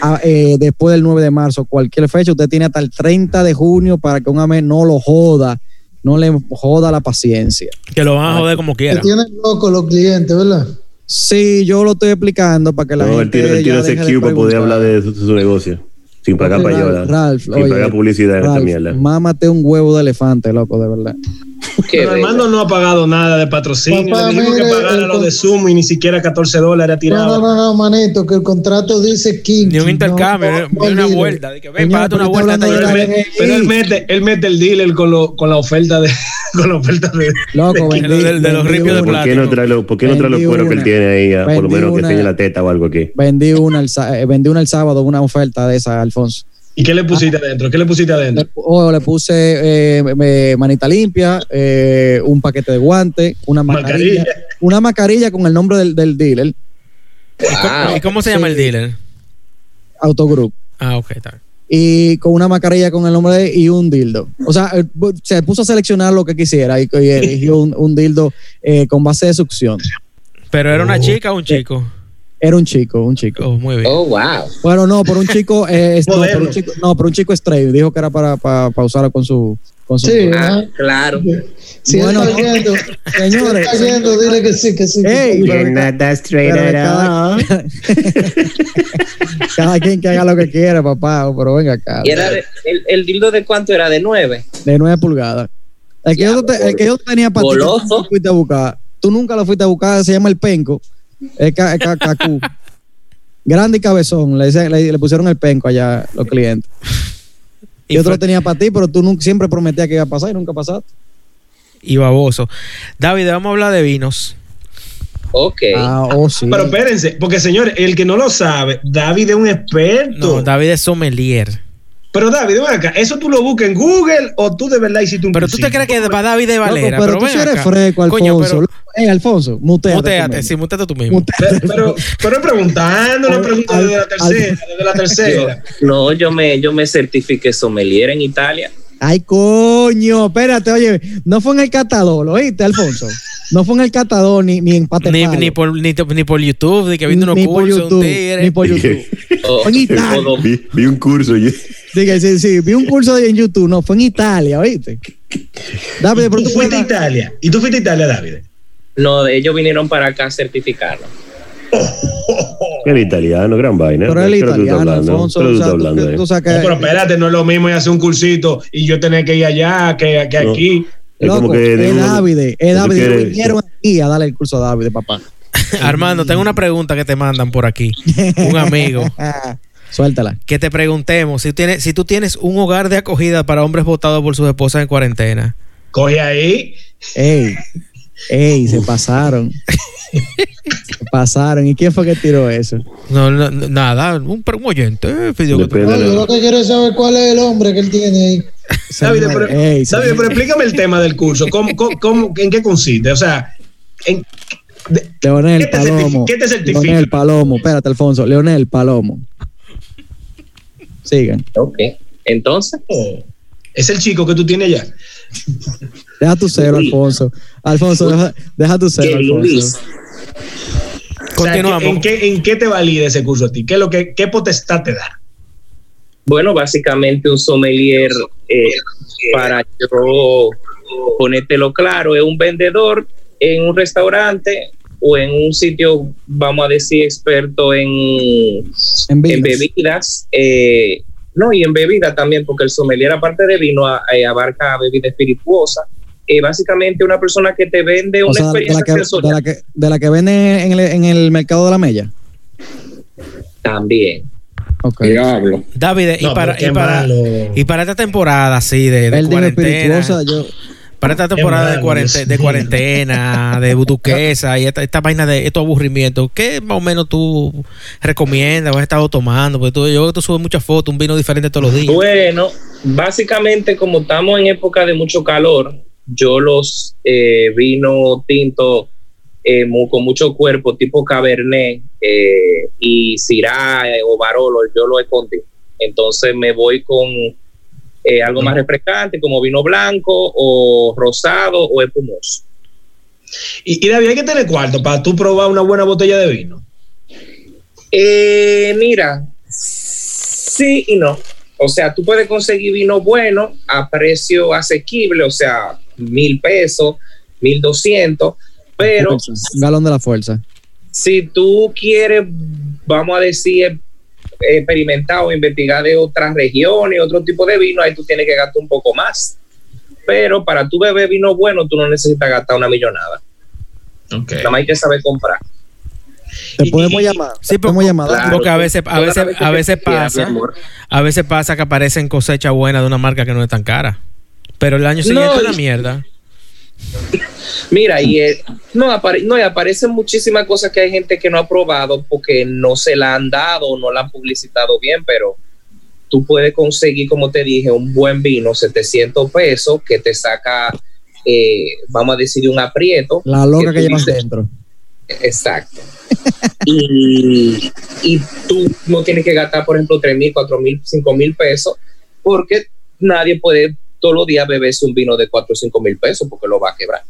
a- eh, después del 9 de marzo, cualquier fecha, usted tiene hasta el 30 de junio para que un AME no lo joda, no le joda la paciencia. Que lo van a joder como Que quiera. tienen locos los clientes, ¿verdad? Sí, yo lo estoy explicando para que la No, el gente. tiro, el ya tiro ese deje de cue para poder preguntar. hablar de su, su negocio. Sin pagar Oye, payola. Ralph, sin oye, pagar publicidad en esta Ralph, mierda. mámate un huevo de elefante, loco, de verdad. Qué Pero bello. Armando no ha pagado nada de patrocinio. Papá, le dijimos que mire, pagara el lo de con- Zoom y ni siquiera 14 dólares ha No, no, tirado. no, no, manito, que el contrato dice 15. Ni un intercambio, eh, no, ni- ni una olvide. vuelta. De que, ven, Señor, párate una pero vuelta está hasta Pero, él, hablando de la me- NGI. pero él mete, él mete el dealer con, lo, con la oferta de. Con la oferta de. Loco, De- vendí, de- de los vendí ripios de ¿Por qué una- no plástico. trae, lo- por qué no trae los Vendí cueros que él una. tiene ahí? ah, por lo Vendí menos que una. enseñe la teta o algo aquí. vendí una el sa- eh, vendí una el sábado, una oferta de esa, Alfonso. ¿Y qué le pusiste adentro? ¿Qué le pusiste Le, adentro? oh, le puse eh, me- manita limpia, eh, un paquete de guante, una mascarilla, Mascarilla. una mascarilla con el nombre del, del dealer, Wow. ¿Y cómo se llama el dealer? Autogroup. Ah, ok, está bien. Y con una mascarilla con el nombre de y un dildo. O sea, eh, bu- se puso a seleccionar lo que quisiera y, y eligió un, un dildo eh, con base de succión. Pero era una chica o un chico. Era un chico, un chico. Oh, muy bien. Oh, wow. Bueno, no, por un chico, eh, es- no, Modelo. por un chico, no, por un chico straight. Dijo que era para, para, para usarlo con su. Con su Sí, Ah, ah, claro. si Bueno, está yendo, señores. si está yendo, dile que sí, que sí. que Ey, sí. pero ca- pero cada, cada quien que haga lo que quiera, papá, pero venga acá. ¿Y era de- el, el dildo de cuánto era? ¿De nueve? De 9 pulgadas. El que, yo, te- el que yo tenía para ti, tú Goloso. nunca lo fuiste a buscar. Tú nunca lo fuiste a buscar, se llama el penco. Es ca- es ca- cacú. Grande y cabezón, le, dicen- le- le pusieron el penco allá los clientes. Y yo te fue- lo tenía para ti, pero tú nunca, siempre prometías que iba a pasar y nunca pasaste. Y baboso. David, vamos a hablar de vinos. Ok. Ah, oh, sí. Pero espérense, porque señores, el que no lo sabe, David es un experto. No, David es sommelier. Pero David, ven acá, ¿eso tú lo buscas en Google o tú de verdad hiciste un Pero tú te crees que va David de Loco, Valera. pero, tú ven sí eres acá. fresco, Coño, Alfonso. pero- Eh, Alfonso, muteate. Muteate, también. sí, muteate tú mismo. Muteate. Pero, pero, pero es preguntando, una Al- pregunta al- desde la tercera, al- desde la tercera. No, yo me, yo me certifiqué sommelier en Italia. Ay, coño, espérate, oye, no fue en el catador, ¿lo oíste, Alfonso? No fue en el catador ni, ni en Pate Ni, Palo. ni, por, ni, te- ni por YouTube, de que viste unos Ni por cursos, un YouTube, tigre. ni por YouTube. O- Fue en Italia. o do- Vi, vi un curso. y- Dije, sí, sí, vi un curso de en YouTube, no, fue en Italia, ¿oíste? Dame, Ah, pero Tú tú fuiste a cuentas- Italia. Y tú fuiste a Italia, David. no, ellos vinieron para acá a certificarlo. El italiano, gran vaina. Pero el ¿Qué es lo que tú estás italiano, hablando? Alfonso. ¿Qué es lo que o tú estás sea, tú- hablando ahí? tú sacas- No, pero espérate, no es lo mismo y hacer un cursito y yo tener que ir allá, que, que No. aquí. Es Loco, como que de es uno- Dávide, es tú Dávide, quieres- vinieron aquí a darle el curso a Dávide, papá. Armando, tengo una pregunta que te mandan por aquí. Un amigo. Suéltala. Que te preguntemos si, tienes, si tú tienes un hogar de acogida para hombres votados por sus esposas en cuarentena. Coge ahí. Ey, ey, se pasaron. se pasaron. ¿Y quién fue que tiró eso? No, no, no, nada, un, un oyente. eh, pidió que- Depende No, de yo la- lo que quiero es saber cuál es el hombre que él tiene ahí. David, pero, Ey, se- David, pero explícame el tema del curso. ¿Cómo, cómo- cómo- en qué consiste? O sea, en- de- Leonel ¿Qué te Palomo. certifi- qué te certifica? Leonel Palomo. Espérate, Alfonso. Leonel Palomo. Sigan. Ok. Entonces, oh, es el chico que tú tienes allá. Deja tu cero, Sí. Alfonso. Alfonso, deja, deja tu cero, Kevin Luis. Alfonso. O sea, Continuamos. ¿en, qué, ¿En qué te valida ese curso a ti? ¿Qué, es lo que, qué potestad te da? Bueno, básicamente un sommelier, eh, para yo ponértelo claro, es un vendedor en un restaurante o en un sitio, vamos a decir, experto en, En en bebidas. bebidas. eh, no, y en bebida también, porque el sommelier, aparte de vino, a- eh, abarca bebida espirituosa. Eh, básicamente una persona que te vende una O sea, de experiencia la, que, de, sensorial la que, de la que venden en el, en el mercado de la mella. también. Ok. Diablo. David, y, No, para, pero qué y, para, malo. y para esta temporada así de, de Él dijo cuarentena, espirituosa, yo. para esta temporada de, malo, cuarente- Dios de mío. cuarentena, de butuquesa y esta, esta vaina de estos aburrimientos, ¿qué más o menos tú recomiendas o has estado tomando? Porque tú, yo veo que tú subes muchas fotos, un vino diferente todos los días. Bueno, básicamente como estamos en época de mucho calor, yo los eh, vino tinto eh, mu- con mucho cuerpo, tipo Cabernet eh, y Syrah eh, o Barolo, yo lo escondí. Entonces me voy con eh, algo más refrescante, como vino blanco o rosado o espumoso. Y, y David, hay que tener cuarto para tú probar una buena botella de vino. Eh, mira, sí y no. O sea, tú puedes conseguir vino bueno a precio asequible, o sea, mil pesos, mil doscientos, pero Un galón de la fuerza. si tú quieres, vamos a decir, eh, experimentar o investigar de otras regiones, otro tipo de vino, ahí tú tienes que gastar un poco más. Pero para tu beber vino bueno, tú no necesitas gastar una millonada. Nada más hay que saber comprar. Te Y- podemos y- llamar. Sí, te podemos porque- llamar. claro. Porque a veces- a Todas veces- las a que veces tú quieras, pasa. mi amor. A veces pasa que aparecen cosechas buenas de una marca que no es tan cara. Pero el año No, siguiente es y- una mierda. Mira, y eh, no, apare- no, y aparecen muchísimas cosas que hay gente que no ha probado porque no se la han dado, no la han publicitado bien, pero tú puedes conseguir, como te dije, un buen vino, 700 pesos, que te saca, eh, vamos a decir, un aprieto. La loca que que tú llevas dices. dentro. Exacto. y, y tú no tienes que gastar, por ejemplo, 3 mil, 4 mil, 5 mil pesos, porque nadie puede todos los días beberse un vino de 4 o 5 mil pesos porque lo va a quebrar.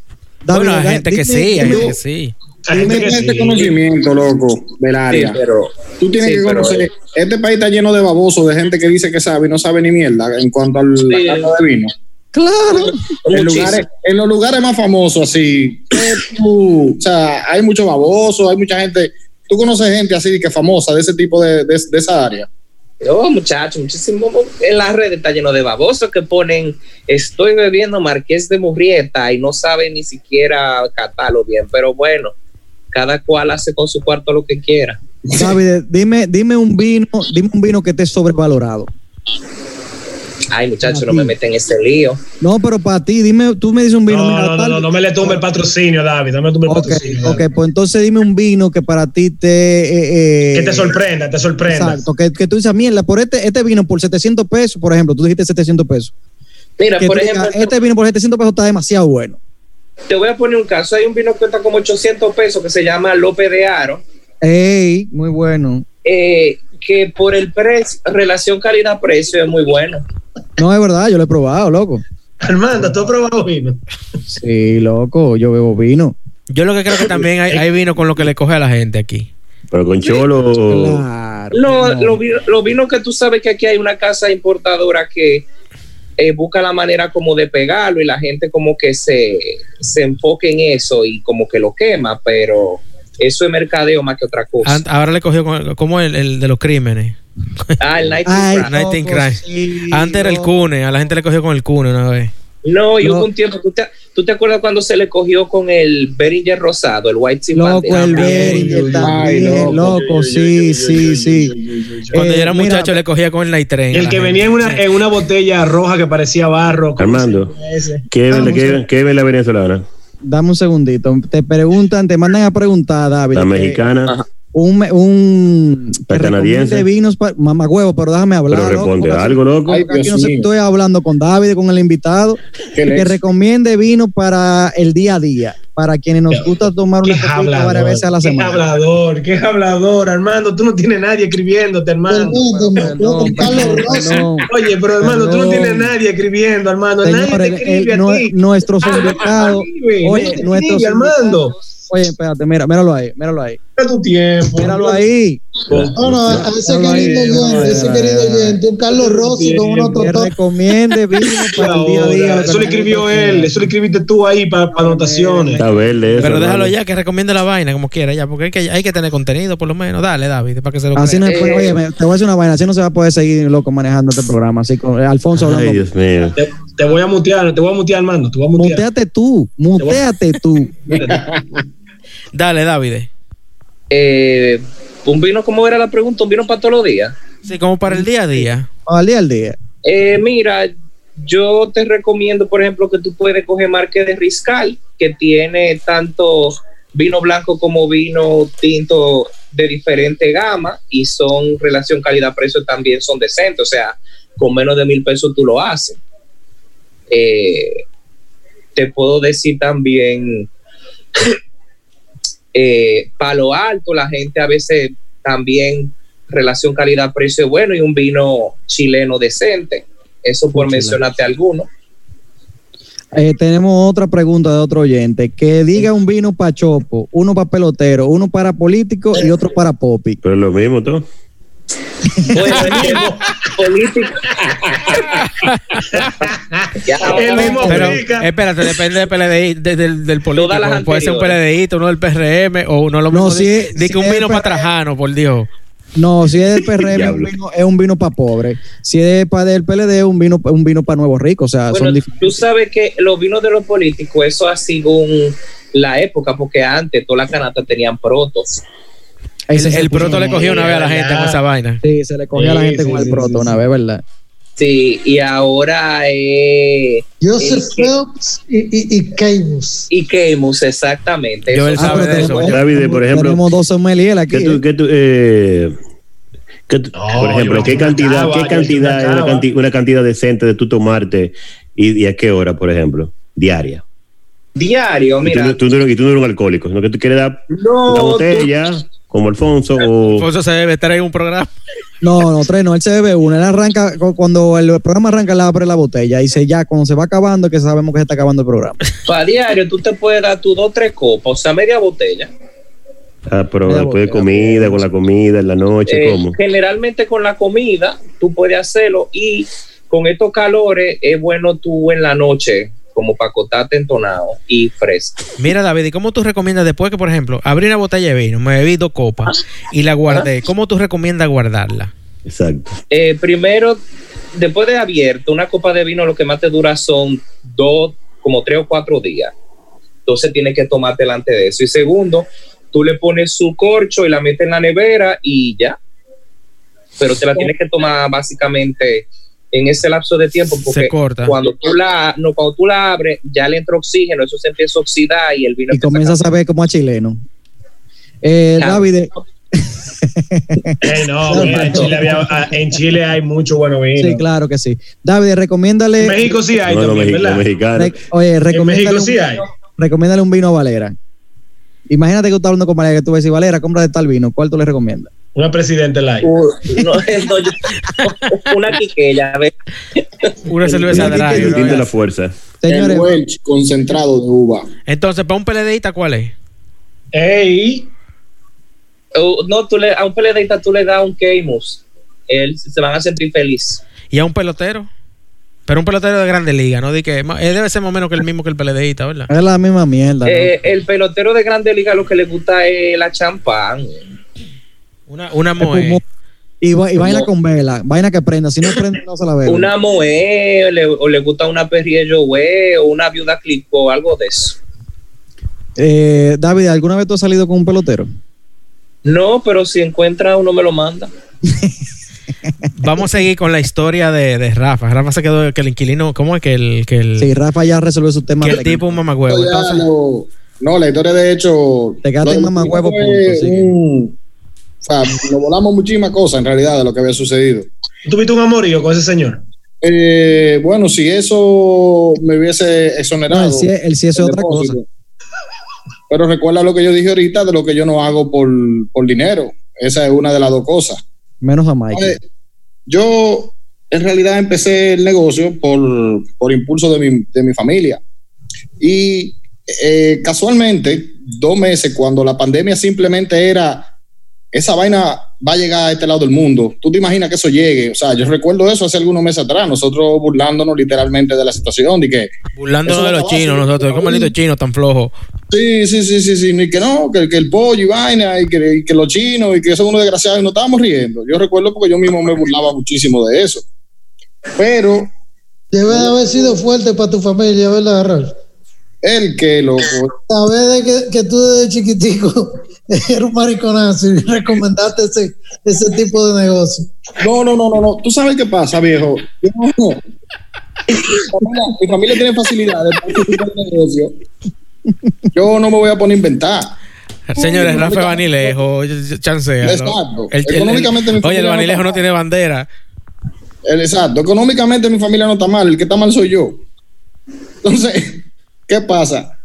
bueno, hay da- gente que dime- sí, hay dime- gente que sí. Hay gente Dime que con este sí. conocimiento, loco, del Sí, área. pero... Tú tienes sí, que pero- conocer. Este país está lleno de babosos, de gente que dice que sabe y no sabe ni mierda en cuanto al la Sí. carta de vino. Claro. En, Muchísimo. lugares, en los lugares más famosos, así. que tú- o sea, hay muchos babosos, hay mucha gente. Tú conoces gente así que famosa de ese tipo de, de, de esa área. Oh, muchachos, muchísimo. En las redes está lleno de babosos que ponen estoy bebiendo Marqués de Murrieta y no sabe ni siquiera catarlo bien. Pero bueno, cada cual hace con su cuarto lo que quiera. David, dime, dime un vino, dime un vino que esté sobrevalorado. Ay, muchachos, no me meten en ese lío. No, pero para ti, dime, tú me dices un No, vino. mira, no, no, tal- no, no me le tumbe el patrocinio, David. No me tumbe el Ok, patrocinio. ok, David. pues entonces dime un vino que para ti te. eh, eh, Que te sorprenda, te sorprenda. Exacto, que, que tú dices, mierda, por este, este vino por 700 pesos, por ejemplo, tú dijiste 700 pesos. Mira, Que por tú ejemplo, digas, este vino por 700 pesos está demasiado bueno. te voy a poner un caso. Hay un vino que cuesta como 800 pesos que se llama López de Aro. Ey, muy bueno. eh, que por el precio, relación calidad-precio es muy bueno. No, es verdad, yo lo he probado, loco. Armando, ¿tú has probado vino? Sí, loco, yo bebo vino. Yo lo que creo que también hay, hay vino con lo que le coge a la gente aquí. Pero con Cholo. Oh. Claro. No, no. lo, vi- lo vino que tú sabes que aquí hay una casa importadora que eh, busca la manera como de pegarlo y la gente como que se, se enfoque en eso y como que lo quema, pero Eso es mercadeo más que otra cosa. An- Ahora le cogió con- como el, el de los crímenes. ah, el Night to Ay, Cry. Nighting loco, Cry. sí, Antes era el no. cune, a la gente le cogió con el cune una vez. No, y Lo- hubo un tiempo. ¿tú te, ¿Tú te acuerdas cuando se le cogió con el Beringer rosado, el White Sin Loco, Bandera? el Ah, Beringer Ay, también, loco, sí, sí, sí. Cuando Eh, yo era mira, muchacho le cogía con el night train. a El la que gente. venía en una, en una botella roja que parecía barro. ¿cómo Armando. se llama ese? ¿Qué Ah, ve- un qué- qué ve la venezolana? Dame un segundito. Te preguntan, te mandan a preguntar, David. La que mexicana. Ajá. Un, un La canadiense. De vinos, pa- mamá huevo, pero déjame hablar. Pero loco, responde porque algo, loco. Ay, Aquí Dios no sé si mío. estoy hablando con David, con el invitado, Qué que leche. recomiende vino para el día a día, para quienes nos gusta tomar Qué una copita varias hablador, veces a la qué semana. hablador, qué hablador, Armando, tú no tienes nadie escribiéndote, hermano. Perdón, Perdón, perdón, Carlos perdón, Rosa. perdón. Oye, pero hermano, tú Perdón. no tienes nadie escribiendo, hermano, nadie te Señores, el- escribe a no- ti. nuestros Ah, invitados, escribe, nadie oye, te nuestros escribe, Armando, invitados- oye, espérate, mira, míralo ahí, míralo ahí, da tu tiempo. míralo ahí, No, no, a ese Déjalo ahí, querido déjalo ahí, oyente, ese déjalo querido ahí. oyente, un Carlos Rossi con unos que tototes. recomiende vino para el día a día. Ahora, lo que eso lo nos escribió gusta él, comer. eso lo escribiste tú ahí para anotaciones. Está verde eso, Pero déjalo hermano. ya, que recomiende la vaina como quiera, ya, porque hay que, hay que tener contenido por lo menos. Dale, David, para que se lo Así crea. no se puede- Eh. oye, me- te voy a decir una vaina, así no se va a poder seguir loco manejando este programa, así con Alfonso hablando. Ay, Dios mío. Te, te voy a mutear, te voy a mutear, Armando, te voy a mutear. Muteate tú, muteate tú. Dale, David. Eh, un vino, ¿cómo era la pregunta? Un vino para todos los días. Sí, como para el día a día. Al día al día. Eh, mira, yo te recomiendo, por ejemplo, que tú puedes coger marca de Riscal, que tiene tanto vino blanco como vino tinto de diferente gama y son relación calidad-precio también son decentes, o sea, con menos de mil pesos tú lo haces. Eh, te puedo decir también, eh, palo alto, la gente a veces también relación calidad-precio es bueno y un vino chileno decente. Eso por mencionarte alguno. Eh, tenemos otra pregunta de otro oyente. Que diga un vino para chopo, uno para pelotero, uno para político y otro para popi. Pero es lo mismo, todo. Oye, político. Ya, El mismo Pero Rica. espérate, depende del PLDI, de- del, del político. Todas las Puede ser un anteriores. PLDista, uno del PRM o uno No, lo mismo si de- es- de si que un es vino PRM. para Trajano, por Dios. No, si es del PRM es un Diablo. vino, es un vino para pobre. Si es para del PLD un vino un vino para nuevos ricos. O sea, son Bueno, diferentes. tú sabes que los vinos de los políticos, eso ha sido un- la época, porque antes todas las canastas tenían protos. El, Ese se el puso proto le mal. cogió una vez a la ya. gente con esa vaina. Sí, se le cogió a la Sí, gente sí, con el sí, proto sí, una sí. vez, ¿verdad? Sí, y ahora eh, Joseph Sí. Phelps y, y, y Camus. y Kemus, exactamente. Yo Eso. él sabe Ah, pero de eso. tenemos- yo. David, por ejemplo, Tenemos dos sommeliers aquí. ¿Qué tú, eh. qué tú, eh, qué tú- No, por yo ejemplo, no ¿qué me cantidad, acaba, qué yo cantidad no es me una, acaba. canti- una cantidad decente de tú tomarte y, y a qué hora, por ejemplo? Diaria. Y Diario, tú, mira. no- tú no- y tú no eres un alcohólico, sino que tú quieres dar No, una tú- botella, como Alfonso, o Alfonso se debe estar en un programa. No, no, tres, no, él se bebe una. Él arranca, cu- cuando el programa arranca, él abre la botella y dice ya, cuando se va acabando, que sabemos que se está acabando el programa. Para diario, tú te puedes dar tus dos, tres copas, o sea, media botella. ah, pero Una después de botella. comida, con la comida, en la noche, Eh, ¿cómo? generalmente con la comida, tú puedes hacerlo y con estos calores es bueno tú en la noche, como para acotarte entonado y fresco. Mira, David, ¿y cómo tú recomiendas después que, por ejemplo, abrí una botella de vino, me bebí dos copas y la guardé? ¿Cómo tú recomiendas guardarla? Exacto. Eh, primero, después de abierto, una copa de vino lo que más te dura son dos, como tres o cuatro días. Entonces tienes que tomarte delante de eso. Y segundo, tú le pones su corcho y la metes en la nevera y ya. Pero te la tienes que tomar básicamente en ese lapso de tiempo porque Se corta. cuando tú la no cuando tú la abres ya le entra oxígeno eso se empieza a oxidar y el vino y empieza a comienza a saber como a chileno. Eh, Claro. David, Eh, no, mira, en, Chile había- ah, en Chile hay mucho bueno vino. sí, claro que sí. David, recomiéndale. En México sí hay No, los también, mexi- los ¿verdad? mexicanos. re- oye, En recomiéndale, México un, sí hay. recomiéndale un vino a Valera. Imagínate que tú estás hablando con Valera, que tú vas a decir, Valera, compra de tal vino, ¿cuál tú le recomiendas? Una presidente light. Uh, no, no, yo- una quiqueya a ver. Una cerveza El distinto- de el radio. distinto de ¿no? la fuerza. Señores, El Welch concentrado de uva. Entonces, para un PLDista, ¿cuál es? Ey, Uh, no, tú le, a un peleadista tú le das un Camus. Él se van a sentir feliz. ¿Y a un pelotero? Pero un pelotero de grande liga, ¿no? Di que ma- eh, debe ser más o menos que el mismo que el peledeíta, ¿verdad? Es la misma mierda. Eh, el pelotero de Grande Liga lo que le gusta es la champán. Una, una ¿no? moe. Espumó- y, va- y vaina con vela, vaina que prenda. Si no prende, no se la vela. Una Moe, o le- o le gusta una Perriello Way, o una Viuda Clip, o algo de eso. Eh, David, ¿alguna vez tú has salido con un pelotero? No, pero si encuentra uno me lo manda. Vamos a seguir con la historia de, de Rafa. Rafa se quedó que el inquilino, ¿cómo es que el, que el, Sí, Rafa ya resolvió su tema. que el técnico. tipo es un mamagüevo? Ya Entonces, lo- no, la historia de hecho. Te quedaste lo en de- mamahuevo, fue punto, sigue. un- o sea, lo volamos muchísimas cosas en realidad de lo que había sucedido. ¿Tuviste un amorío con ese señor? Eh, bueno, si eso me hubiese No, exonerado. él sí, él sí es el otra cosa. depósito. Pero recuerda lo que yo dije ahorita de lo que yo no hago por, por dinero. Esa es una de las dos cosas. Menos a Mike. Eh, Yo en realidad empecé el negocio por, por impulso de mi, de mi familia. Y eh, casualmente, dos meses cuando la pandemia simplemente era, esa vaina va a llegar a este lado del mundo. ¿Tú te imaginas que eso llegue? O sea, yo recuerdo eso hace algunos meses atrás, nosotros burlándonos literalmente de la situación, de que burlándonos Eso de no los acaba, chinos, sí. nosotros. ¿Cómo el lindo chino tan flojo? Sí, sí, sí, sí, sí, ni que no, que, que el pollo y vaina, y que, y que los chinos, y que eso es uno desgraciado, y nos estábamos riendo. Yo recuerdo porque yo mismo me burlaba muchísimo de eso. Pero Debe de haber sido fuerte para tu familia, ¿verdad, Ralph? el que lo... Sabes de que, que tú desde chiquitico eras un mariconazo y recomendaste ese, ese tipo de negocio. No, no, no, no, no. ¿Tú sabes qué pasa, viejo? Yo no- no. Mi familia, mi familia tiene facilidades para este tipo de negocio. Yo no me voy a poner a inventar. Señores, Rafa es Vanilejo, chancea. Exacto. El, el- Económicamente oye, mi el familia no Vanilejo está no mal. tiene bandera. El- Exacto. Económicamente mi familia no está mal, el que está mal soy yo. Entonces, ¿qué pasa?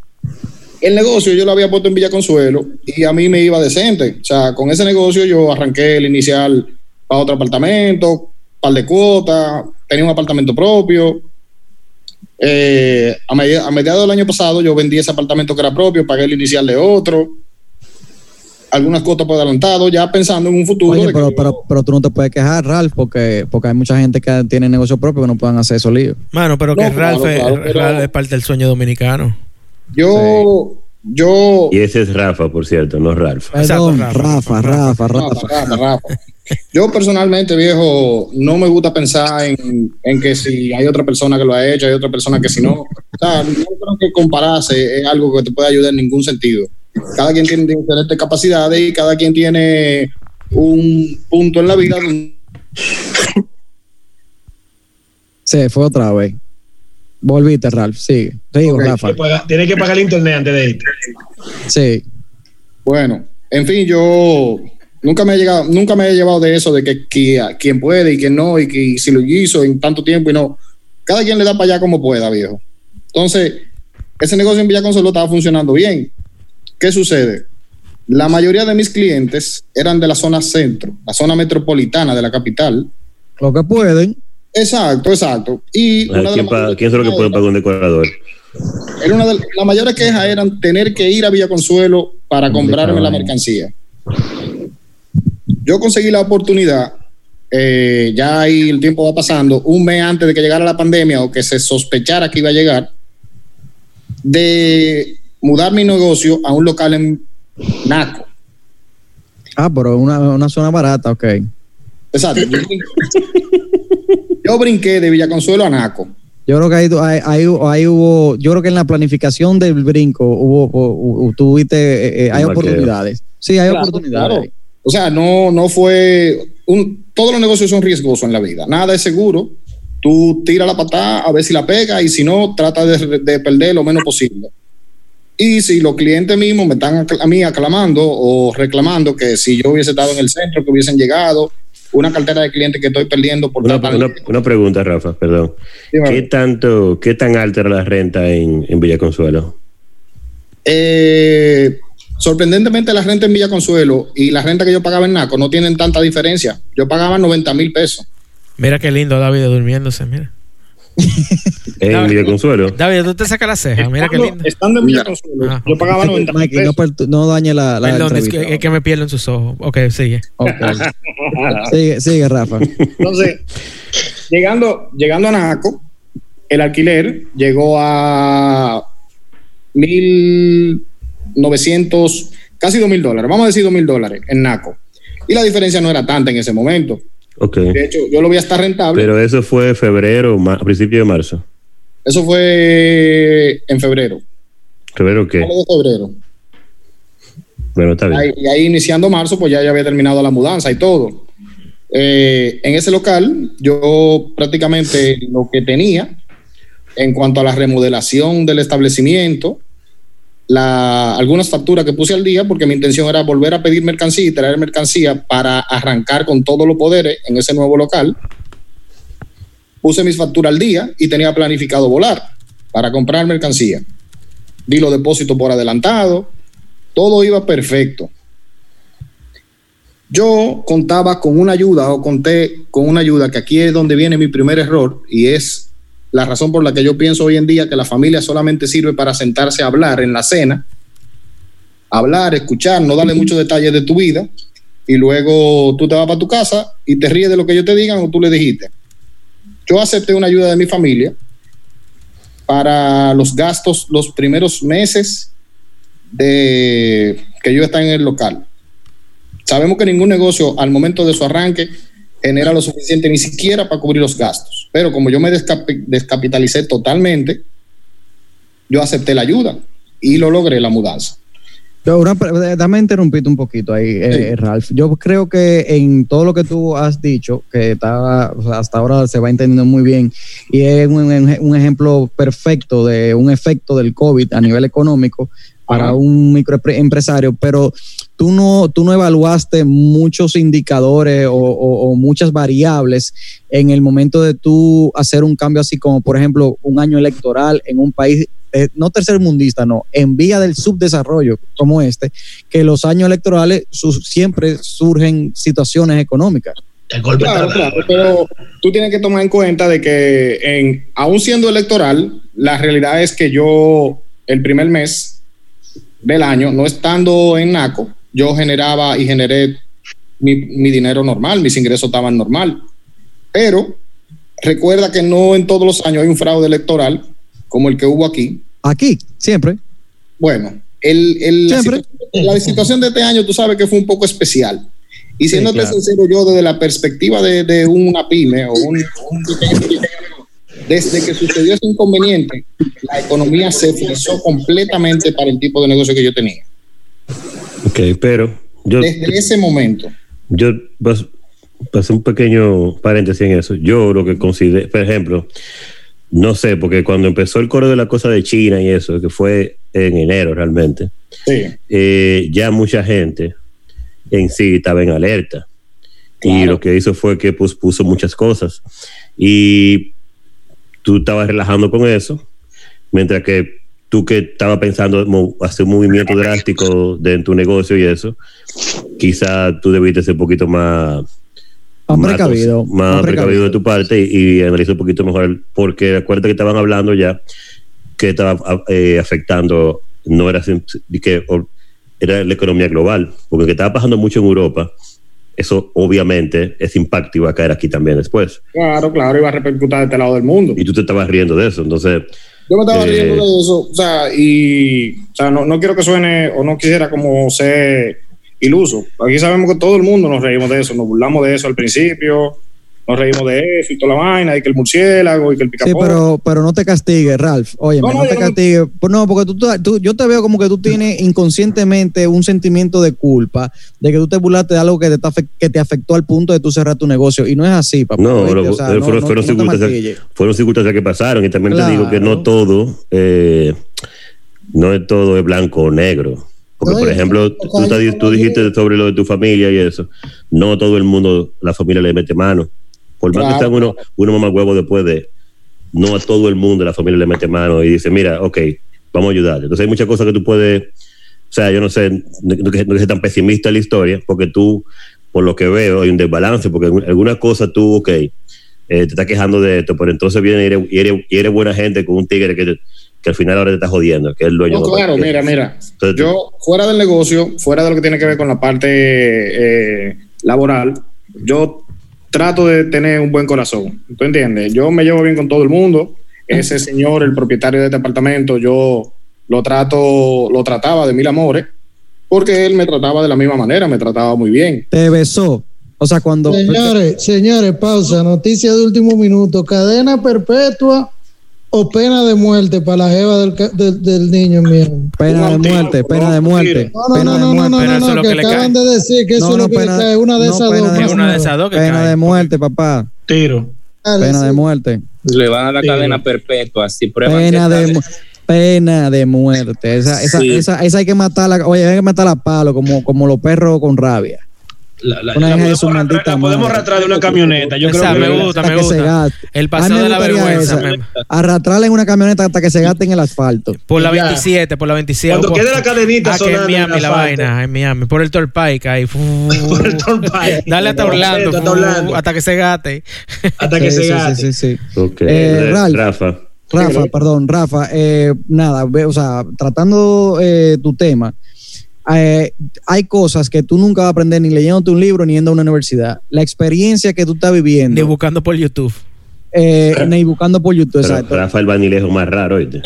El negocio yo lo había puesto en Villa Consuelo y a mí me iba decente. O sea, con ese negocio yo arranqué el inicial para otro apartamento, par de cuotas, tenía un apartamento propio. Eh, a, medi- a mediados del año pasado yo vendí ese apartamento que era propio, pagué el inicial de otro, algunas cuotas por adelantado, ya pensando en un futuro. de Oye, que pero, yo- pero, pero tú no te puedes quejar, Ralph, porque, porque hay mucha gente que tiene negocio propio que no pueden hacer esos líos. Mano, pero que No, Ralph, claro, es- claro, pero- Ralph es parte del sueño dominicano. Yo, yo. Y ese es Rafa, por cierto, no Ralph. Exacto, Perdón, Rafa, Rafa, Rafa, Rafa, Rafa. Rafa, Rafa. Yo personalmente, viejo, no me gusta pensar en, en que si hay otra persona que lo ha hecho, hay otra persona que si no. O sea, no creo que compararse es algo que te puede ayudar en ningún sentido. Cada quien tiene diferentes capacidades y cada quien tiene un punto en la vida donde Se fue otra vez. Volviste, Ralph, sigue. Sigo, Ok, Rafa. Que paga- Tienes que pagar el internet antes de irte. Sí. Bueno, en fin, yo nunca me he llegado, nunca me he llevado de eso de que, qui- a quien puede y quien no, y que y si lo hizo en tanto tiempo y no. Cada quien le da para allá como pueda, viejo. Entonces, ese negocio en Villa Consuelo estaba funcionando bien. ¿Qué sucede? La mayoría de mis clientes eran de la zona centro, la zona metropolitana de la capital. Lo que pueden. Exacto, exacto. Y Ah, una de ¿Quién, las pa- mayores quién es lo que quejas puede era- pagar un decorador? era una de las mayores quejas eran tener que ir a Villa Consuelo para comprarme la mercancía. Yo conseguí la oportunidad, eh, ya ahí el tiempo va pasando, un mes antes de que llegara la pandemia o que se sospechara que iba a llegar, de mudar mi negocio a un local en Naco. Ah, pero una, una zona barata, ok. Exacto. Yo brinqué, yo brinqué de Villa Consuelo a Naco. Yo creo que ahí, tú- ahí, ahí- ahí hubo, yo creo que en la planificación del brinco hubo, hubo- hubo- tuviste, eh, eh, hay Un vaqueo. oportunidades. Sí, hay Claro, oportunidades. claro. O sea, no, no fue. Un, todos los negocios son riesgosos en la vida. Nada es seguro. Tú tira la patada a ver si la pega y si no, trata de, de perder lo menos posible. Y si los clientes mismos me están acla- a mí aclamando o reclamando que si yo hubiese estado en el centro, que hubiesen llegado, una cartera de clientes que estoy perdiendo por Una, tratar- una- una pregunta, Rafa, perdón. Dímelo. ¿Qué tanto, qué tan alta era la renta en, en Villa Consuelo? Eh, sorprendentemente, la renta en Villa Consuelo y la renta que yo pagaba en Naco no tienen tanta diferencia. Yo pagaba 90 mil pesos. Mira qué lindo David durmiéndose, mira. En No. Villa Consuelo. David, tú te sacas la ceja, Ah, mira qué Estando- lindo. Estando en Villa Mira. Consuelo, Ah. yo pagaba 90 mil Mikey, no, pesos. pertu- no dañe la, la Perdón, es entrevista. que, es que me pierdo en sus ojos. Ok, sigue. Ok. sigue, sigue, Rafa. Entonces, llegando, llegando a Naco, el alquiler llegó a 1.900, casi 2.000 dólares, vamos a decir 2.000 dólares en NACO. Y la diferencia no era tanta en ese momento. Ok. De hecho, yo lo vi hasta rentable. Pero eso fue febrero, ma- a principio de marzo. Eso fue en febrero, ¿Febrero qué? de febrero. Bueno, está Ahí- bien. y ahí iniciando marzo, pues ya, ya había terminado la mudanza y todo. Eh, en ese local, yo prácticamente lo que tenía en cuanto a la remodelación del establecimiento, la, algunas facturas que puse al día, porque mi intención era volver a pedir mercancía y traer mercancía para arrancar con todos los poderes en ese nuevo local. Puse mis facturas al día y tenía planificado volar para comprar mercancía. Di los depósitos por adelantado, todo iba perfecto. Yo contaba con una ayuda o conté con una ayuda que aquí es donde viene mi primer error y es la razón por la que yo pienso hoy en día que la familia solamente sirve para sentarse a hablar en la cena, hablar, escuchar, no darle muchos detalles de tu vida y luego tú te vas para tu casa y te ríes de lo que yo te digan o tú le dijiste. Yo acepté una ayuda de mi familia para los gastos los primeros meses de que yo está en el local. Sabemos que ningún negocio al momento de su arranque genera lo suficiente ni siquiera para cubrir los gastos. Pero como yo me descapi- descapitalicé totalmente, yo acepté la ayuda y lo logré la mudanza. Pero una pre- eh, dame interrumpirte un poquito ahí, eh, eh, Ralph. Yo creo que en todo lo que tú has dicho, que está, o sea, hasta ahora se va entendiendo muy bien, y es un, un- un ejemplo perfecto de un efecto del COVID a nivel económico para un microempresario, pero tú no, tú no evaluaste muchos indicadores o, o- o muchas variables en el momento de tú hacer un cambio así como, por ejemplo, un año electoral en un país eh, no tercermundista, no, en vía del subdesarrollo como este, que los años electorales su- siempre surgen situaciones económicas. El golpe Claro, está dado. claro, pero tú tienes que tomar en cuenta de que en, aún siendo electoral, la realidad es que yo el primer mes del año, no estando en NACO, yo generaba y generé mi, mi dinero normal, mis ingresos estaban normal. Pero recuerda que no en todos los años hay un fraude electoral como el que hubo aquí, Aquí, siempre. bueno, el, el- la, Siempre. situación, la situación de este año, tú sabes que fue un poco especial. Y Sí, siéndote claro. sincero, yo desde la perspectiva de, de una pyme o un, un pequeño- desde que sucedió ese inconveniente, la economía se frizó completamente para el tipo de negocio que yo tenía. Ok, pero yo, Desde ese momento. yo pas- pasé un pequeño paréntesis en eso. Yo lo que considero, por ejemplo, no sé, porque cuando empezó el coro de la cosa de China y eso, que fue en enero realmente, Sí. eh, ya mucha gente en sí estaba en alerta. Y Claro. lo que hizo fue que pues, puso muchas cosas. Y tú estabas relajando con eso, mientras que tú que estabas pensando mo- hacer un movimiento drástico de, en tu negocio y eso, quizá tú debiste ser un poquito más... Más más- precavido. Más precavido de tu parte y, y analizar un poquito mejor, el- porque acuérdate que estaban hablando ya que estaba a- eh, afectando, no era, sim- de que, o- era la economía global, porque que estaba pasando mucho en Europa, eso obviamente ese impacto iba a caer aquí también después. Claro, claro, iba a repercutir de este lado del mundo. Y tú te estabas riendo de eso, entonces, Yo me estaba Eh. riendo de eso, o sea, y o sea, no, no quiero que suene o no quisiera como ser iluso. Aquí sabemos que todo el mundo nos reímos de eso, nos burlamos de eso al principio, nos reímos de eso y toda la vaina, y que el murciélago y que el Sí, picaporte. pero, pero no te castigues, Ralph. Oye, No, no, no, te yo no- castigues. Pues No, porque tú, tú- yo te veo como que tú tienes inconscientemente un sentimiento de culpa, de que tú te burlaste de algo que te, está afec- que te afectó al punto de tú cerrar tu negocio. Y no es así, papá. No, ¿oíste? lo- fueron- fueron te circunstancias- martilles. fueron circunstancias que pasaron y también te digo que Claro. no todo, eh, no es todo es blanco o negro. Porque, No, por y- ejemplo, tú, sea, estás- yo tú no dijiste sobre lo de tu familia y eso. No todo el mundo, la familia le mete mano. Por más que Claro. están uno, uno mamá huevo después de, no a todo el mundo la familia le mete mano y dice, mira, ok, vamos a ayudarte. Entonces hay muchas cosas que tú puedes, o sea, yo no sé, no, no que no que sea tan pesimista la historia, porque tú, por lo que veo, hay un desbalance, porque algún- alguna cosa tú, ok, eh, te estás quejando de esto, pero entonces viene y eres, y eres- y eres buena gente con un tigre que, te- que al final ahora te está jodiendo, que es el dueño No, de- claro, que- mira, mira. Entonces, Yo, fuera del negocio, fuera de lo que tiene que ver con la parte eh, laboral, yo trato de tener un buen corazón. ¿Tú entiendes? Yo me llevo bien con todo el mundo. Ese señor, el propietario de este apartamento, yo lo trato, lo trataba de mil amores, porque él me trataba de la misma manera, me trataba muy bien. Te besó. O sea, cuando. pues, Señores, señores, pausa. Noticia de último minuto. Cadena perpetua o pena de muerte para la jeva del, ca- del- del niño, mierda. Pena de Un tiro, muerte, pena de un muerte. tiro. No, no, pena no, de no, no, muerte. no, pero no, eso es lo que, que le acaban cae. de decir que eso No, es lo no, que pena- le cae. Una de no, pena esas dos. de- Es más o una de menos. esas dos que Pena cae. de muerte, papá. Tiro. Dale, Pena de Ah, sí. muerte. Le van a dar Sí. cadena perpetua si prueban que Pena está de, de- mu- pena de muerte. Esa, esa, Sí. esa, esa hay que matarla. Oye, hay que matarla a palo, como, como los perros con rabia. La, Una la- la hija de podemos su arrastrar- maldita la podemos madre. arrastrar de una camioneta. Yo Esa creo que me gusta, Hasta me que se gusta. gaste. El A paseo mí me de la gustaría vergüenza, esa. meme. Arrastrarla en una camioneta hasta que se gaste en el asfalto. Por la Ya. 27, por la 27. Cuando por- quede la cadenita Ah, que en sonando en el Miami la asfalto. vaina, en Miami. Por el Torpike ahí. Fu- Por el Turnpike. Dale hasta Orlando. Hasta fu- Orlando. Hasta que se gate. Hasta que Sí, se sí, Sí, gaste. sí, sí. Ok, Eh, Ralph. Rafa. Rafa, perdón, Rafa, eh, nada, ve- o sea, tratando eh, tu tema, eh, hay cosas que tú nunca vas a aprender ni leyéndote un libro ni yendo a una universidad. La experiencia que tú estás Ni viviendo, buscando por YouTube. eh, ni buscando por YouTube, Pero exacto. Rafa el vanilejo más raro, ¿oíste?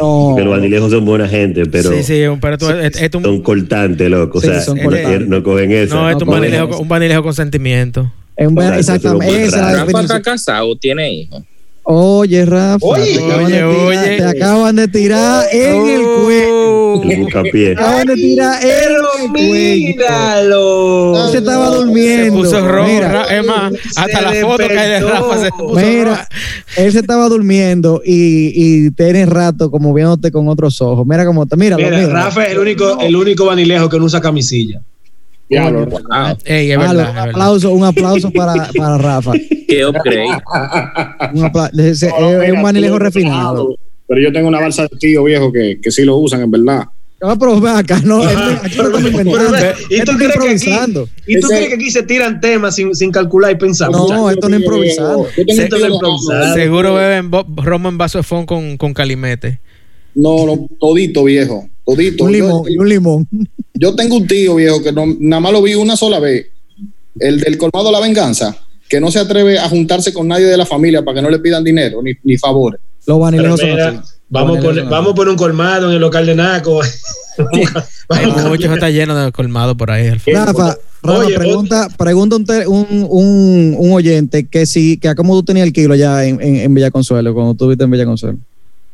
No, Porque los vanilejos son buena gente, pero sí, sí, un- pero tú- es- es un- son cortantes, loco. Sí, o sea, son no cortantes. tienen- no cogen eso. no, es un no, vanilejo, no. con- un vanilejo con sentimiento. es un- Correcto, tú exactamente, eres esa es la muy Rafa definición. está casado, o tiene hijos. Oye, Rafa, Oye, te, acaban de oye, tirar- oye. te acaban de tirar en el cuello. Oh. el buscapié. Te acaban de tirar en el Pero cuello. míralo. Se estaba Se durmiendo. puso rojo. Mira. Ra- es más, Se hasta la foto que hay de despertó. Rafa se puso Mira, roja. él se estaba durmiendo y, y tienes rato como viéndote con otros ojos. Mira cómo está. Míralo, Mira, mira. Rafa es el único, el único vanilejo que no usa camisilla. Diablo. Wow, Ey, es Malo, verdad, un es verdad. aplauso, un aplauso para, para Rafa. qué upgrade. Un apla- ese- No, es mira, un manilejo tú, refinado. Pero yo tengo una balsa de tío viejo que, que sí lo usan, en verdad. Ah, pero ven acá, no, este- aquí no estamos inventando. Pero ve, ¿y Esto está tú crees que aquí- improvisando. ¿Y tú Ese- crees que aquí se tiran temas sin, sin calcular y pensar? No, Muchachos, esto no es improvisado. Yo tengo un Esto tío no es loco. improvisado. Seguro beben bo- romo en vaso de fond con, con calimete. No, no, todito viejo. Todito. Un Yo- limón, y un limón. Yo tengo un tío viejo que no, nada más lo vi una sola vez, el del colmado de la venganza, que no se atreve a juntarse con nadie de la familia para que no le pidan dinero ni, ni favores. Los Pero vanilejos son mira, así. vamos, a Los vanilejos poner, son vamos a poner un colmado en el local de Naco. Hay muchos que está lleno de colmado por ahí. al así. fondo. Rafa, Rafa, Oye, pregunta, pregunta un, te- un, un, un oyente que si, que a cómo tú tenías el kilo allá en, en, en Villa Consuelo, cuando tú viste en Villa Consuelo.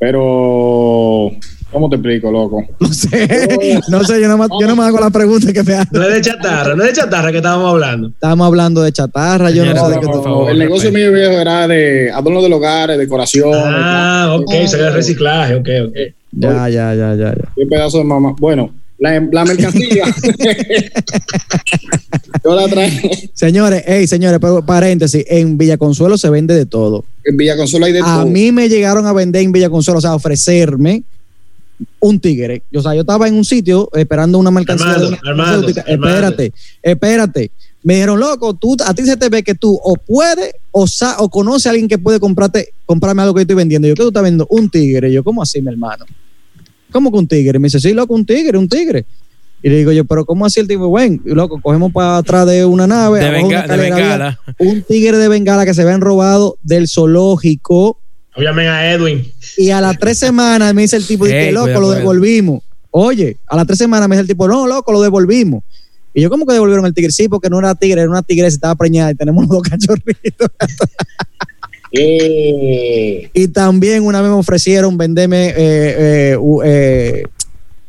Pero, ¿cómo te explico, loco? No Oh. sé, no sé, yo no, me, yo no me hago la pregunta que me hacen. No es de chatarra, no es de chatarra que estábamos hablando. Estábamos hablando de chatarra, yo no, Señora, sé de qué por tú- favor. el negocio mío viejo era de adorno del hogar, decoración. Ah, ok, se ve el reciclaje, ok, ok. Ya, ya, ya, ya, ya. Qué pedazo de mamá. Bueno, la, la mercancía. yo la traje. Señores, hey, señores, pero paréntesis, en Villa Consuelo se vende de todo. En Villa Consuelo hay de A todo. mí me llegaron a vender en Villa Consuelo, o sea, a ofrecerme un tigre. O sea, yo estaba en un sitio esperando una mercancía. Armando, de una Armando, farmacéutica. Armando. Espérate, espérate. Me dijeron, loco, tú, a ti se te ve que tú o puedes o, sa o conoces a alguien que puede comprarte, comprarme algo que yo estoy vendiendo. Yo, ¿qué tú estás vendiendo? Un tigre. Y yo, ¿cómo así, mi hermano? ¿Cómo que un tigre? Me dice, sí, loco, un tigre, un tigre. Y le digo yo, pero ¿cómo así el tigre? Bueno, y loco, cogemos para atrás de una nave. De, abajo una venga- de escalera había bengala. Un tigre de bengala que se habían robado del zoológico. Llamen a Edwin. Y a las tres semanas me dice el tipo, Ey, que loco, cuidado, lo cuidado". devolvimos. Oye, a las tres semanas me dice el tipo, no, loco, lo devolvimos. Y yo, ¿cómo que devolvieron el tigre? Sí, porque no era tigre, era una tigresa, estaba preñada y tenemos los dos cachorritos. Eh, Y también una vez me ofrecieron venderme eh, eh, u- eh,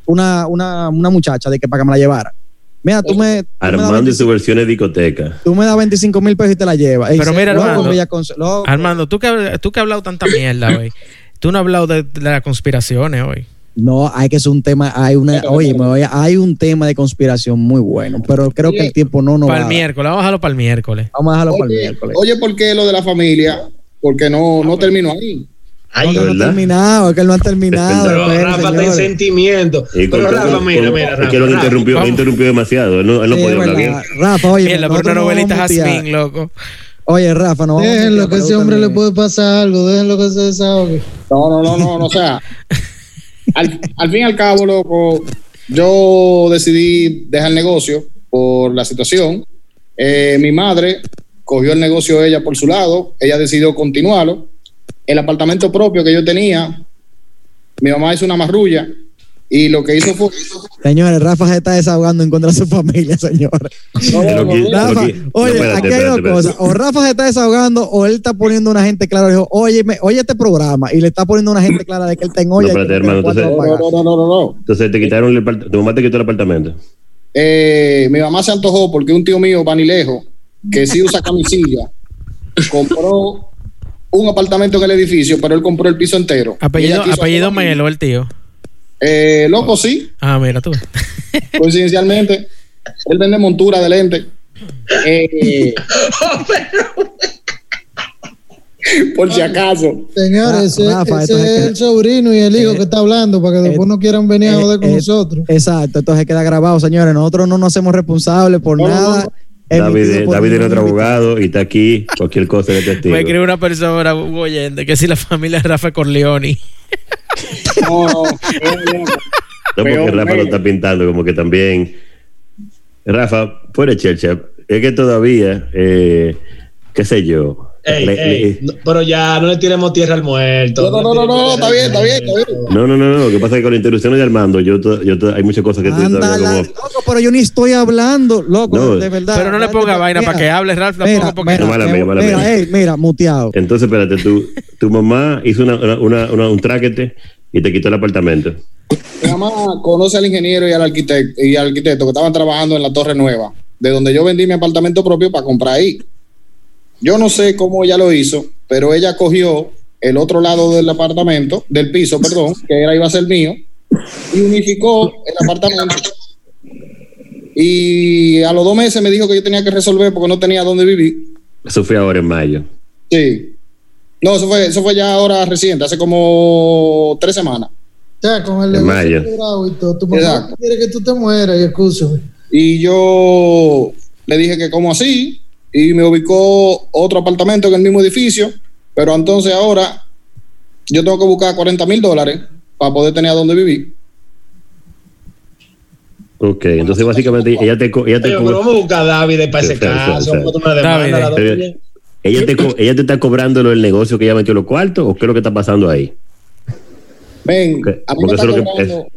una, una, una muchacha de que para que me la llevara. Mira, tú me, tú me das Armando y 20 su versión de discoteca. tú me das 25 mil pesos y te la llevas. Ey, Pero sí, mira, loco, Armando, Villa Conce- loco. Armando, tú que, habl- tú que has hablado tanta mierda hoy. Tú no has hablado de, de las conspiraciones hoy. No, hay que ser un tema, hay una, oye, me voy a- hay un tema de conspiración muy bueno, pero creo que el tiempo no nos va. a para el dar. miércoles, vamos a dejarlo para el miércoles. Vamos a dejarlo para el oye, miércoles. oye, ¿por qué lo de la familia? Porque no, no termino ahí. Ay, no, no ha ¿verdad? terminado, es que él no ha terminado. Pero pero esperen, Rafa está en señores. sentimiento. Y con- Pero con- Rafa, con- mira, mira, es Rafa. que lo Rafa. interrumpió, vamos. interrumpió demasiado. Él no, él no Sí, ah. podía hablar bien. verdad. Rafa, oye, Mierda, pero nosotros una no vamos novelita a mutear. Jasmine, loco. Oye, Rafa, no vamos a Déjenlo, mutear, que ese pero hombre le también. puede pasar algo. Déjenlo que se desahogue. No, no, no, no, no, o sea, al, al fin y al cabo, loco, yo decidí dejar el negocio por la situación. Eh, mi madre cogió el negocio ella por su lado, ella decidió continuarlo. el apartamento propio que yo tenía, mi mamá hizo una marrulla y lo que hizo fue... Señores, Rafa se está desahogando en contra de su familia, señores. Pero aquí- Rafa, pero aquí- oye, no, espérate, aquí hay dos espérate, cosas. O Rafa se está desahogando o él está poniendo una gente clara. Dijo, oye, me- oye este programa y le está poniendo una gente clara de que él está en olla. No, espérate, y que hermano, los cuatro entonces- van a No, pagar. no, no, no, no, no. Entonces te quitaron el apart- tu mamá te quitó el apartamento. Eh, mi mamá se antojó porque un tío mío, Vanilejo, que sí usa camisilla, compró un apartamento en el edificio, pero él compró el piso entero. Y Apellido, ella quiso apellido hacer lo Maelo, el tío. mismo. Eh, loco, sí, Ah, mira tú. coincidencialmente. Él vende montura de lente. Eh, por si acaso. Ra- Señores, ese, Rafa, ese entonces es que- el sobrino y el hijo eh, que está hablando para que después no quieran venir a eh, joder con eh, nosotros. Exacto, entonces queda grabado, señores. Nosotros no nos hacemos responsables por No, no, nada. David, eh, emitido por David es ningún nuestro invitado. abogado y está aquí. Cualquier cosa de testigo. Me escribe una persona, un oyente, que si la familia de Rafa Corleone. No, no, eh, no, no. No, porque Peor, Rafa lo peor. está pintando como que también. Rafa, fuera Chercha, es que todavía, eh, qué sé yo. Ey, le- ey, le- no, pero ya no le tiremos tierra al muerto. No, no, no, no, no, está bien, está bien, está bien. no, no, no, no, lo que pasa es que con la interrupción de Armando, yo, to- yo to- hay muchas cosas que estoy Ándala, todavía como. loco, pero yo ni estoy hablando, loco, No, de verdad. Pero no le ponga vaina para que hable, Ralph, Mira, tampoco, porque mira, Mala mía, mala mira, mía. ey, mira, muteado. Entonces, espérate, tu, tu mamá hizo una, una- una- una- un tráquete y te quitó el apartamento. Mi mamá conoce al ingeniero y al arquitecto, y al arquitecto que estaban trabajando en la Torre Nueva, de donde yo vendí mi apartamento propio para comprar ahí. Yo no sé cómo ella lo hizo, pero ella cogió el otro lado del apartamento, del piso, perdón, que era iba a ser mío, y unificó el apartamento. Y a los dos meses me dijo que yo tenía que resolver porque no tenía dónde vivir. Eso fue ahora en mayo. Sí. No, eso fue, eso fue ya ahora reciente, hace como tres semanas. Ya, con el De negocio mayo. quebrado y todo. Tu mamá Exacto. quiere que tú te mueras y escúchame. Y yo le dije que como así, y me ubicó otro apartamento en el mismo edificio, pero entonces ahora yo tengo que buscar 40 mil dólares para poder tener a dónde vivir. Ok, entonces básicamente ella te, co- ella te, Oye, co- pero vamos a buscar a David para ese Sí, sí, sí, caso. sí. vamos a tomar una David, demanda, la eh, doble. ella, te co- ella te está cobrando lo- el negocio que ella metió los cuartos o qué es lo que está pasando ahí. Ven, Ok, a mí porque me está eso es lo que- cobrando-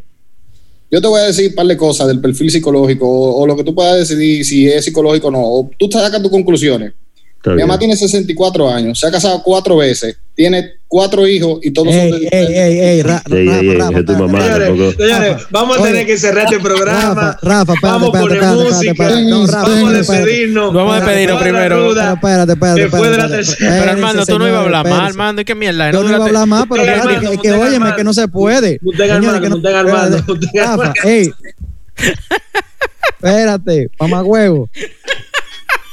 Yo te voy a decir un par de cosas del perfil psicológico o, o lo que tú puedas decidir si es psicológico o no. O tú te sacas tus conclusiones. Está Mi bien. mamá tiene 64 años, se ha casado cuatro veces, tiene cuatro hijos y todos son de Ey, ey, ey, Ey, ey, Ra- Rafa, ey, ey, Rafa, es tu espérate, mamá. Señores, tampoco- señores, Rafa, vamos a tener oye, que cerrar este programa. Rafa, Rafa, espérate, vamos a espérate, poner espérate, música. espérate, espérate. No, Rafa, vamos a espérate, espérate. Vamos despedirnos. a Para despedirnos toda la primero. duda. Pero espérate, espérate, Después de la espérate, tercera. espérate. Pero hermano, tú no ibas a hablar más, Espérese. Armando, y qué Yo mierda. no iba a duraste- hablar más, pero Montenegro espérate, que, Armando, que Montenegro óyeme, Armando. que no se puede. Montenegro Señores, Armando, que no- Montenegro Armando, espérate. Montenegro Rafa, Armando. ey. Espérate, mamá huevo.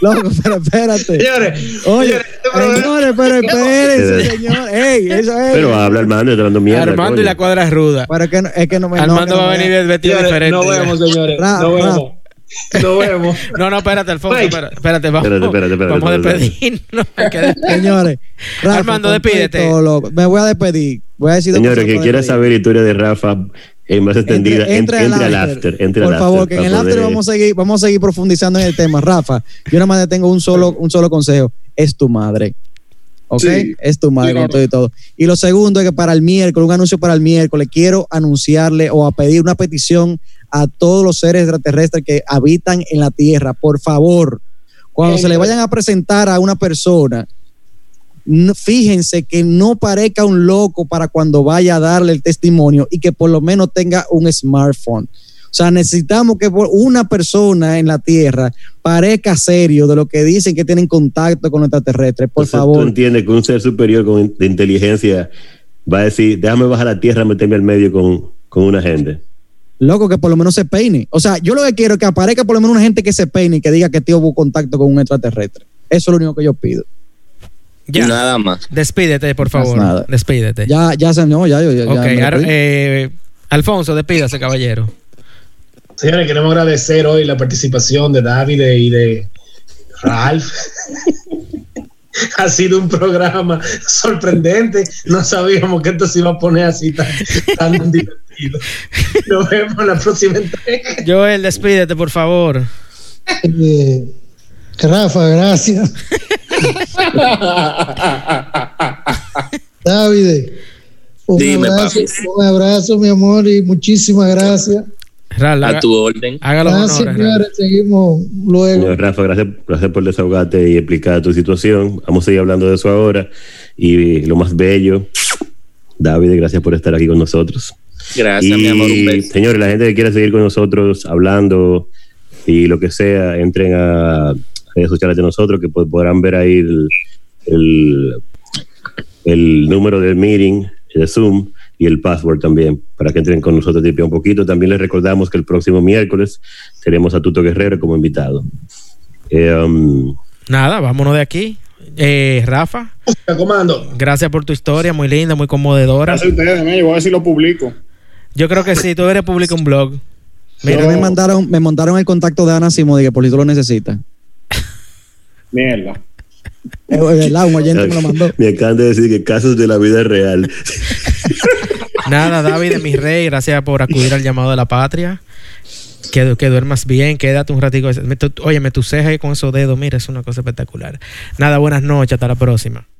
Loco, pero espérate. Señores, Eh, Oye, señores, este programa- señores, pero espérense, señores. Ey, eso es. Pero habla Armando, está dando mierda. Armando y coño. la cuadra ruda. Pero es que no, es que no me. no, que Armando no va me- a venir vestido señores, diferente. nos vemos, señores. Rafa, Nos vemos. Nos vemos. No, no, espérate, Alfonso, Mike. espérate, espérate, vamos, Espérate, espérate, espérate, vamos a espérate. despedirnos. hay que des- Señores, Rafa, Armando, con todo y despídete. todo, loco, Me voy a despedir. Voy a decir dos Señores, cosas que para quiera despedir. saber la historia de Rafa en más extendida, Entre- ent- entre, al after. entre por al favor, after que en pa' el after poder- eh, vamos a seguir, vamos a seguir profundizando en el tema. Rafa, yo nada más te tengo un solo, un solo consejo. Es tu madre. ¿Ok? Sí. Es tu madre Sí, con claro. todo y todo. Y lo segundo es que para el miércoles, un anuncio para el miércoles, quiero anunciarle o a pedir una petición a todos los seres extraterrestres que habitan en la Tierra. Por favor, cuando se le vayan a presentar a una persona, no- fíjense que no parezca un loco para cuando vaya a darle el testimonio y que por lo menos tenga un smartphone. O sea, necesitamos que por- una persona en la Tierra parezca serio de lo que dicen que tienen contacto con los extraterrestres. Por Entonces, Tú favor, entiendes que un ser superior con in- de inteligencia va a decir, déjame bajar a la tierra, meterme al medio con, con una gente. loco, que por lo menos se peine. O sea, yo lo que quiero es que aparezca por lo menos una gente que se peine y que diga que tío hubo contacto con un extraterrestre. Eso es lo único que yo pido. Ya, Nada más. despídete, por Más nada. favor. Despídete. Ya, ya se no, ya, yo, ya, ya ok, me lo ahora, pedí. eh, Alfonso, despídase, caballero. Señores, queremos agradecer hoy la participación de David y de Ralph. Ha sido un programa sorprendente. No sabíamos que esto se iba a poner así tan, tan divertido. Nos vemos en la próxima entrega. Joel, despídete, por favor. Eh, Rafa, gracias. David, un, Dime, abrazo, papi. un abrazo, mi amor, y muchísimas gracias. Ral, A haga, tu orden. haga los Gracias, honores, Ral. señores, seguimos luego. Señor Rafa, gracias, gracias por desahogarte y explicar tu situación. Vamos a seguir hablando de eso ahora. Y lo más bello, David, gracias por estar aquí con nosotros. Gracias, mi amor. Un Y, beso. Señores, la gente que quiera seguir con nosotros hablando y lo que sea, entren a redes sociales de nosotros que pod- podrán ver ahí el, el, el número del meeting de Zoom y el password también para que entren con nosotros tipea un poquito. También les recordamos que el próximo miércoles tenemos a Tuto Guerrero como invitado. Eh, um, Nada, vámonos de aquí. Eh, Rafa, Te comando. gracias por tu historia, muy linda, muy conmovedora. Gracias a ustedes, men, yo voy a ver si lo publico. Yo creo que sí, tú eres publica un blog. Mira, Yo- me mandaron, me mandaron el contacto de Ana Simo, dije, por si tú lo necesitas. Mierda. Eh, eh, ¿verdad? Un oyente me lo mandó. me acaban de decir que casos de la vida real. Nada, David, mi rey, gracias por acudir al llamado de la patria. Que, du- que duermas bien, quédate un ratico. Me tu- Óyeme, tu ceja ahí con esos dedos, mira, es una cosa espectacular. Nada, buenas noches, hasta la próxima.